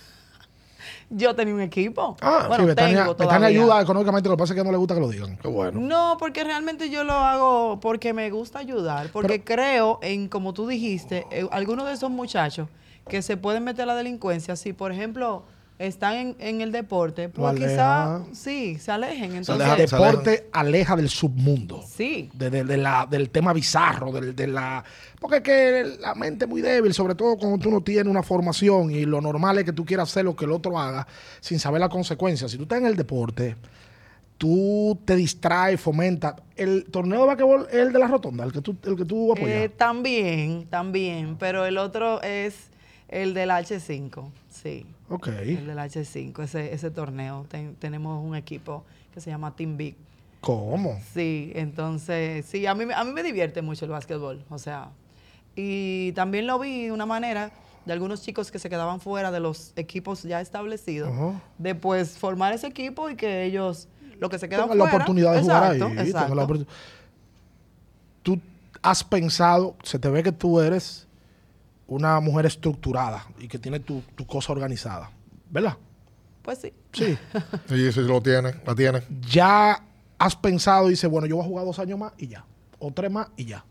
S1: Yo tenía un equipo.
S3: Ah,
S1: bueno,
S2: sí, Betania,
S1: tengo
S2: Betania
S1: todavía.
S2: ayuda económicamente, lo que pasa es que no le gusta que lo digan.
S3: Qué bueno.
S1: No, porque realmente yo lo hago porque me gusta ayudar, porque creo en, como tú dijiste, eh, algunos de esos muchachos que se pueden meter a la delincuencia, si por ejemplo están en, en el deporte,
S2: Lo
S1: pues quizás
S2: aleja.
S1: sí, se alejen. Entonces,
S3: aleja-
S2: el
S3: se alejan.
S2: deporte aleja del submundo.
S1: sí.
S2: de- de- de la- del tema bizarro, del, de la, porque es que la mente es muy débil, sobre todo cuando tú no tienes una formación y lo normal es que tú quieras hacer lo que el otro haga sin saber las consecuencias. Si tú estás en el deporte, tú te distraes, fomentas. El torneo de basquetbol es el de la rotonda, el que tú, el que tú apoyas.
S1: Eh, también, también, pero el otro es el del H5, sí.
S2: ok.
S1: El del H5, ese, ese torneo. Ten- tenemos un equipo que se llama Team Big.
S2: ¿Cómo?
S1: Sí, entonces, sí, a mí, me- a mí me divierte mucho el básquetbol, o sea, y también lo vi de una manera de algunos chicos que se quedaban fuera de los equipos ya establecidos,
S2: Ujú.
S1: de pues formar ese equipo y que ellos, lo que se quedan
S2: Tengan la
S1: fuera,
S2: oportunidad de
S1: exacto,
S2: jugar ahí. tengan
S1: exacto.
S2: la oportun- tú has pensado, se te ve que tú eres una mujer estructurada y que tiene tu, tu cosa organizada, ¿verdad?
S1: Pues sí,
S2: Sí.
S3: Sí, sí, lo tiene, la tiene.
S2: ya has pensado, dice, bueno, yo voy a jugar dos años más y ya, o tres más y ya.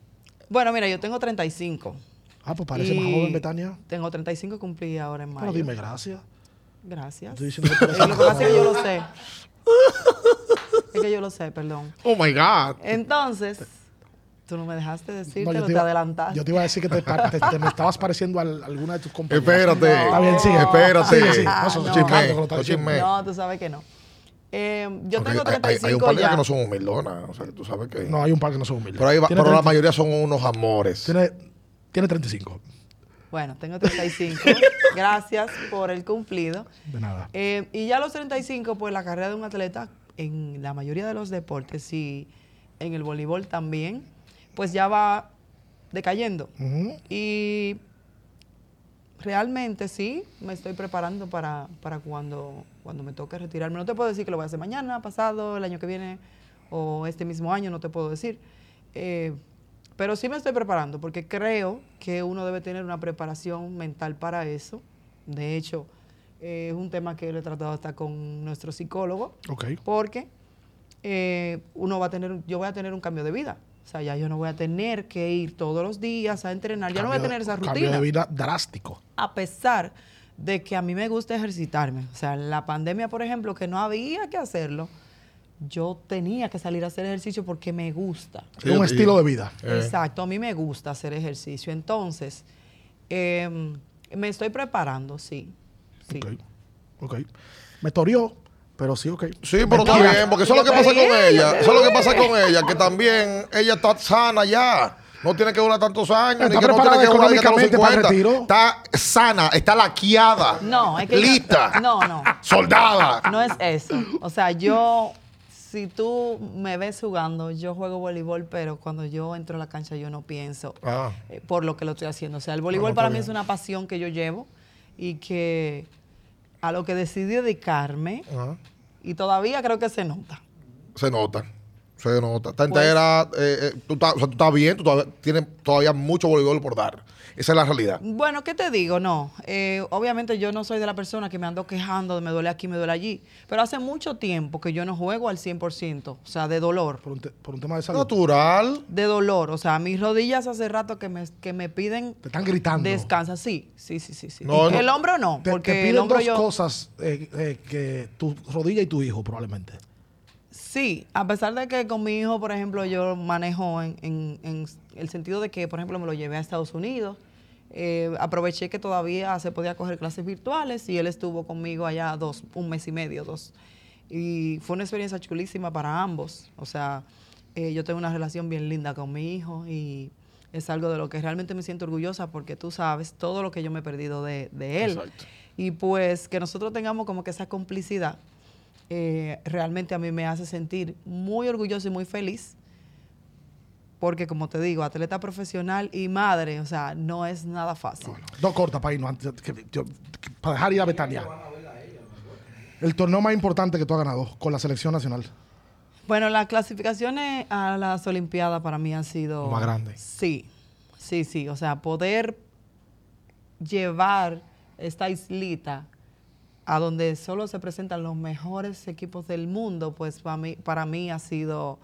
S1: bueno, mira, yo tengo 35.
S2: Ah, pues parece más
S1: y
S2: joven, Betania.
S1: Tengo 35 cumplí ahora en mayo.
S2: Pero dime gracias.
S1: Gracias.
S2: Estoy diciendo que tú
S1: Eh,
S2: eres
S1: lo que pasa es que yo
S2: joven.
S1: lo sé. Es que yo lo sé, perdón.
S3: Oh my God.
S1: Eh, Entonces, tú no me dejaste decirte,
S2: No,
S1: lo te,
S2: iba-
S1: adelantaste.
S2: yo te iba a decir que te, pa- te- te me estabas pareciendo a al- alguna de tus compañeras.
S3: Espérate.
S2: Está bien, sigue.
S3: Espérate.
S2: Sigue, sigue. No,
S1: Ah,
S2: eso es
S1: no.
S2: chimando que lo está
S3: No
S2: diciendo.
S3: chisme.
S1: No, tú sabes que no. Eh, yo tengo
S3: Porque hay- hay,
S1: 35
S3: hay un par de ellas
S1: ya.
S3: que no son humildonas. O sea, que tú sabes que.
S2: No, hay un par que no son humildes.
S3: pero ahí va-
S2: Tiene
S3: pero la
S2: 30
S3: mayoría son unos amores.
S2: Tiene, tiene 35.
S1: Bueno, tengo 35. Gracias por el cumplido.
S2: De nada.
S1: Eh, y ya a los 35, pues la carrera de un atleta en la mayoría de los deportes y en el voleibol también, pues ya va decayendo.
S2: Ujú.
S1: Y realmente sí, me estoy preparando para, para cuando, cuando me toque retirarme. No te puedo decir que lo voy a hacer mañana, pasado, el año que viene o este mismo año, no te puedo decir. Eh, pero sí me estoy preparando porque creo que uno debe tener una preparación mental para eso. De hecho, eh, es un tema que lo he tratado hasta con nuestro psicólogo
S2: Ok.
S1: porque eh, uno va a tener, un- yo voy a tener un cambio de vida. O sea, ya yo no voy a tener que ir todos los días a entrenar, ya no voy a
S2: Cambio de-
S1: tener esa
S2: Cambio
S1: rutina.
S2: de vida drástico.
S1: A pesar de que a mí me gusta ejercitarme. O sea, en la pandemia, por ejemplo, que no había que hacerlo, yo tenía que salir a hacer ejercicio porque me gusta.
S3: Sí,
S2: es un
S3: y-
S2: estilo de vida.
S3: Eh.
S1: Exacto, a mí me gusta hacer ejercicio. Entonces, em, me estoy preparando, sí. sí.
S2: Ok. Ok. Me torió, pero sí, ok.
S3: Sí, pero está
S2: Mentira.
S3: bien, porque eso es lo que
S1: Yo
S3: pasa con
S1: te dije,
S3: ella.
S1: yo te
S3: Eso es lo que pasa con ella, que también ella está sana ya. No tiene que durar tantos años,
S2: Está
S3: ni que no tiene
S2: preparada
S3: que durar hasta los
S2: económicamente para el
S3: 50.
S2: retiro.
S3: Está sana, está laqueada.
S1: No, es que yo-
S3: Lista.
S1: no, no.
S3: Soldada.
S1: No es eso. O sea, yo, si tú me ves jugando, yo juego voleibol, pero cuando yo entro a la cancha yo no pienso
S3: Ah.
S1: eh, por lo que lo estoy haciendo. O sea, el voleibol
S2: Bueno,
S1: para
S2: está
S1: mí
S2: bien.
S1: es una pasión que yo llevo y que a lo que decidí dedicarme
S3: Ajá.
S1: y todavía creo que se nota.
S3: Se nota. Se nota. Está
S1: Pues-
S3: entera. eh, eh, tú, estás, o sea, tú estás bien, tú todavía, tienes todavía mucho voleibol por dar. Esa es la realidad.
S1: Bueno, ¿qué te digo? No. Eh, obviamente yo no soy de la persona que me ando quejando de me duele aquí, me duele allí. Pero hace mucho tiempo que yo no juego al 100%, o sea, de dolor.
S2: Por un, te- por un tema de salud.
S3: Natural.
S1: de dolor. O sea, mis rodillas hace rato que me, que me piden
S2: Te están gritando.
S1: descansa. Sí, sí, sí, sí. sí.
S3: No,
S1: Y
S3: no.
S1: El hombro no,
S2: Te- Te,
S1: porque el
S2: piden
S1: hombro
S2: dos
S1: yo...
S2: cosas eh, eh, que tu rodilla y tu hijo, probablemente.
S1: Sí, a pesar de que con mi hijo, por ejemplo, yo manejo en, en- en el sentido de que, por ejemplo, me lo llevé a Estados Unidos. eh, aproveché que todavía se podía coger clases virtuales y él estuvo conmigo allá dos, un mes y medio, dos. Y fue una experiencia chulísima para ambos. O sea, eh, yo tengo una relación bien linda con mi hijo y es algo de lo que realmente me siento orgullosa porque tú sabes todo lo que yo me he perdido de, de él.
S3: Exacto.
S1: Y pues que nosotros tengamos como que esa complicidad eh, realmente a mí me hace sentir muy orgulloso y muy feliz. Porque como te digo, atleta profesional y madre, o sea, no es nada fácil.
S2: Dos cortas para irnos antes, que- yo- que- para dejar ir a Betania. El torneo más importante que tú has ganado con la selección nacional.
S1: Bueno, las clasificaciones a las Olimpiadas para mí han sido...
S2: Lo más grande.
S1: Sí, sí, sí. O sea, poder llevar esta islita a donde solo se presentan los mejores equipos del mundo, pues para mí, para mí ha sido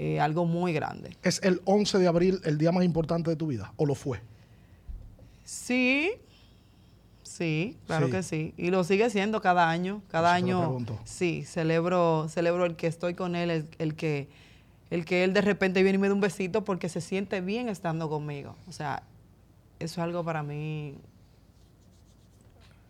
S1: eh, algo muy grande.
S2: ¿Es el 11 de abril el día más importante de tu vida? ¿O lo fue?
S1: Sí, Sí, claro
S2: Sí.
S1: que sí. Y lo sigue siendo cada año. Cada
S2: Eso te lo
S1: año.
S2: pregunto.
S1: Sí, celebro, celebro el que estoy con él, el, el que el que él de repente viene y me da un besito porque se siente bien estando conmigo. O sea, eso es algo para mí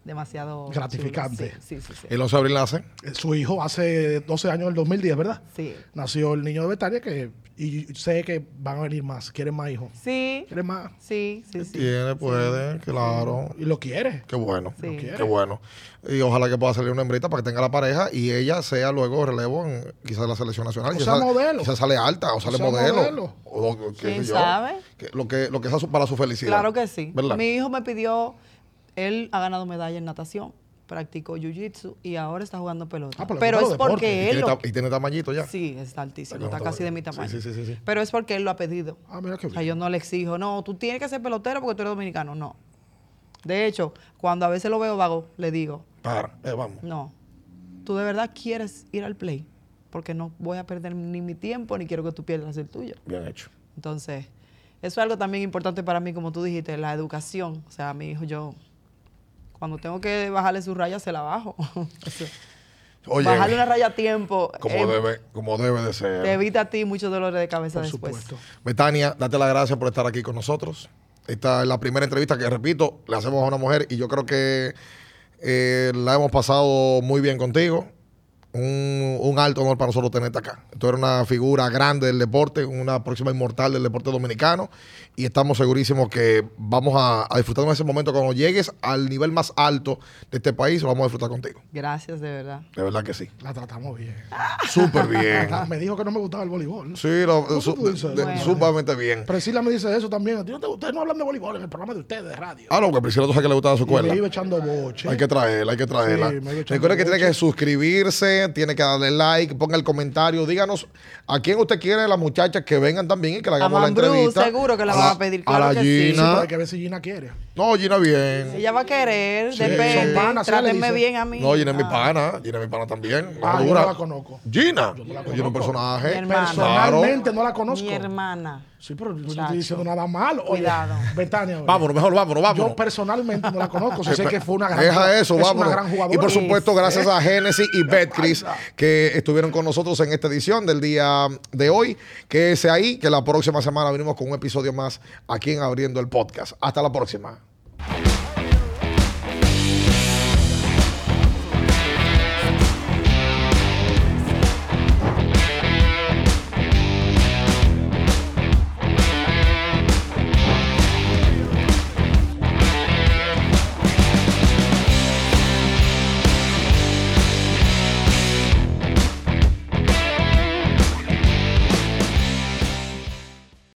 S1: demasiado chulo.
S2: Gratificante.
S1: Sí, sí, sí.
S3: ¿Y
S1: Sí.
S3: los abril hacen?
S2: Eh, Su hijo hace 12 años, en el 2010, ¿verdad?
S1: Sí.
S2: Nació el niño de Betania que, y sé que van a venir más, quieren más hijos.
S1: Sí,
S2: Quieren más.
S1: sí, sí. sí.
S3: Tiene, puede, claro.
S2: Y lo quiere.
S3: Qué bueno.
S1: Sí. Lo
S3: Qué
S1: quiere.
S3: bueno. Y ojalá que pueda salir una hembrita para que tenga la pareja y ella sea luego relevo en quizás la selección nacional.
S2: O
S3: Quizás-
S2: sea, modelo.
S3: Quizás sale alta o sale
S2: sea,
S3: modelo.
S2: modelo.
S3: O, o- qué
S1: ¿Quién
S3: sé yo.
S1: sabe?
S3: Que- lo que, lo que sea su- para su felicidad.
S1: Claro que sí.
S3: ¿Verdad?
S1: Mi hijo me pidió, él ha ganado medalla en natación, practicó jiu-jitsu y ahora está jugando pelota.
S2: Ah, pero le
S1: pero
S2: gustan
S1: es
S2: los deportes.
S3: y,
S1: porque él
S3: tiene
S1: lo...
S3: ta- y tiene tamañito ya.
S1: Sí, está altísimo,
S3: Está
S1: está
S3: como-
S1: casi de mi tamaño.
S3: Sí, sí, sí, sí, sí.
S1: Pero es porque él lo ha pedido.
S2: Ah, mira qué
S1: O sea,
S2: bien.
S1: yo no le exijo, no, tú tienes que ser pelotero porque tú eres dominicano. No. De hecho, cuando a veces lo veo vago, le digo,
S3: Para, eh, vamos.
S1: no, tú de verdad quieres ir al play porque no voy a perder ni mi tiempo ni quiero que tú pierdas el tuyo.
S3: Bien hecho.
S1: Entonces, eso es algo también importante para mí, como tú dijiste, la educación. O sea, a mi hijo yo, cuando tengo que bajarle su raya, se la bajo. O sea,
S3: Oye,
S1: bajarle una raya a tiempo
S3: como,
S1: eh,
S3: debe, como debe de ser.
S1: te evita a ti muchos dolores de cabeza
S2: Por
S1: después.
S2: supuesto.
S3: Betania, date las gracias por estar aquí con nosotros. Esta es la primera entrevista que, repito, le hacemos a una mujer y yo creo que eh, la hemos pasado muy bien contigo. Un, un alto honor para nosotros tenerte acá. Tú eres una figura grande del deporte, una próxima inmortal del deporte dominicano y estamos segurísimos que vamos a, a disfrutar de ese momento. Cuando llegues al nivel más alto de este país, lo vamos a disfrutar contigo.
S1: Gracias, de verdad.
S3: De verdad que sí.
S2: La tratamos bien.
S3: Súper bien.
S2: Ah, Me dijo que no me gustaba el voleibol.
S3: Sí, lo-
S2: ¿Cómo
S3: su-
S2: tú dices?
S3: de-
S1: Bueno.
S3: sumamente bien.
S2: Priscila me dice eso también. A ti no te- Ustedes no hablan de voleibol en el programa de ustedes, de radio.
S3: Ah, no, que Priscila tú sabes que le gustaba su
S2: Y
S3: escuela.
S2: me iba echando boche.
S3: Hay que traerla, hay que traerla.
S2: Sí, me voy echando
S3: Recuerda que
S2: mucho.
S3: tiene que suscribirse, tiene que darle like, ponga el comentario, díganos a quién usted quiere las muchachas que vengan también y que le hagamos la
S1: Mambrú,
S3: entrevista.
S1: seguro que la van a pedir, claro
S3: a la
S1: que sí.
S2: Sí, pero
S3: Gina.
S2: hay que ver si Gina quiere.
S3: No, Gina bien.
S1: Ella va a querer,
S2: Sí,
S1: depende.
S2: son panas, sí, le
S1: Trátenme
S2: dice.
S1: bien a mí.
S3: No, Gina es mi
S1: Ah,
S3: pana, Gina es mi pana también.
S2: Ah, yo
S3: Madura.
S2: no la conozco.
S3: Gina, Gina es un
S1: Mi
S3: personaje.
S1: hermana.
S3: Claro.
S2: Personalmente no la conozco.
S1: Mi hermana.
S2: Sí, pero yo no
S1: Muchacho.
S2: estoy diciendo nada malo. Oye,
S1: Cuidado.
S2: Betania. oye,
S3: Vámonos, mejor vámonos,
S2: Yo
S3: vámonos. Eh,
S2: personalmente no la conozco. sí sé que fue una gran,
S3: Deja eso,
S2: es una
S3: vámonos.
S2: gran jugadora.
S3: Y por
S1: su-
S3: supuesto, gracias a Genesis y Betcris que estuvieron con nosotros en esta edición del día de hoy. Que es ahí, que la próxima semana venimos con un episodio más aquí en Abriendo el Podcast. Hasta la próxima.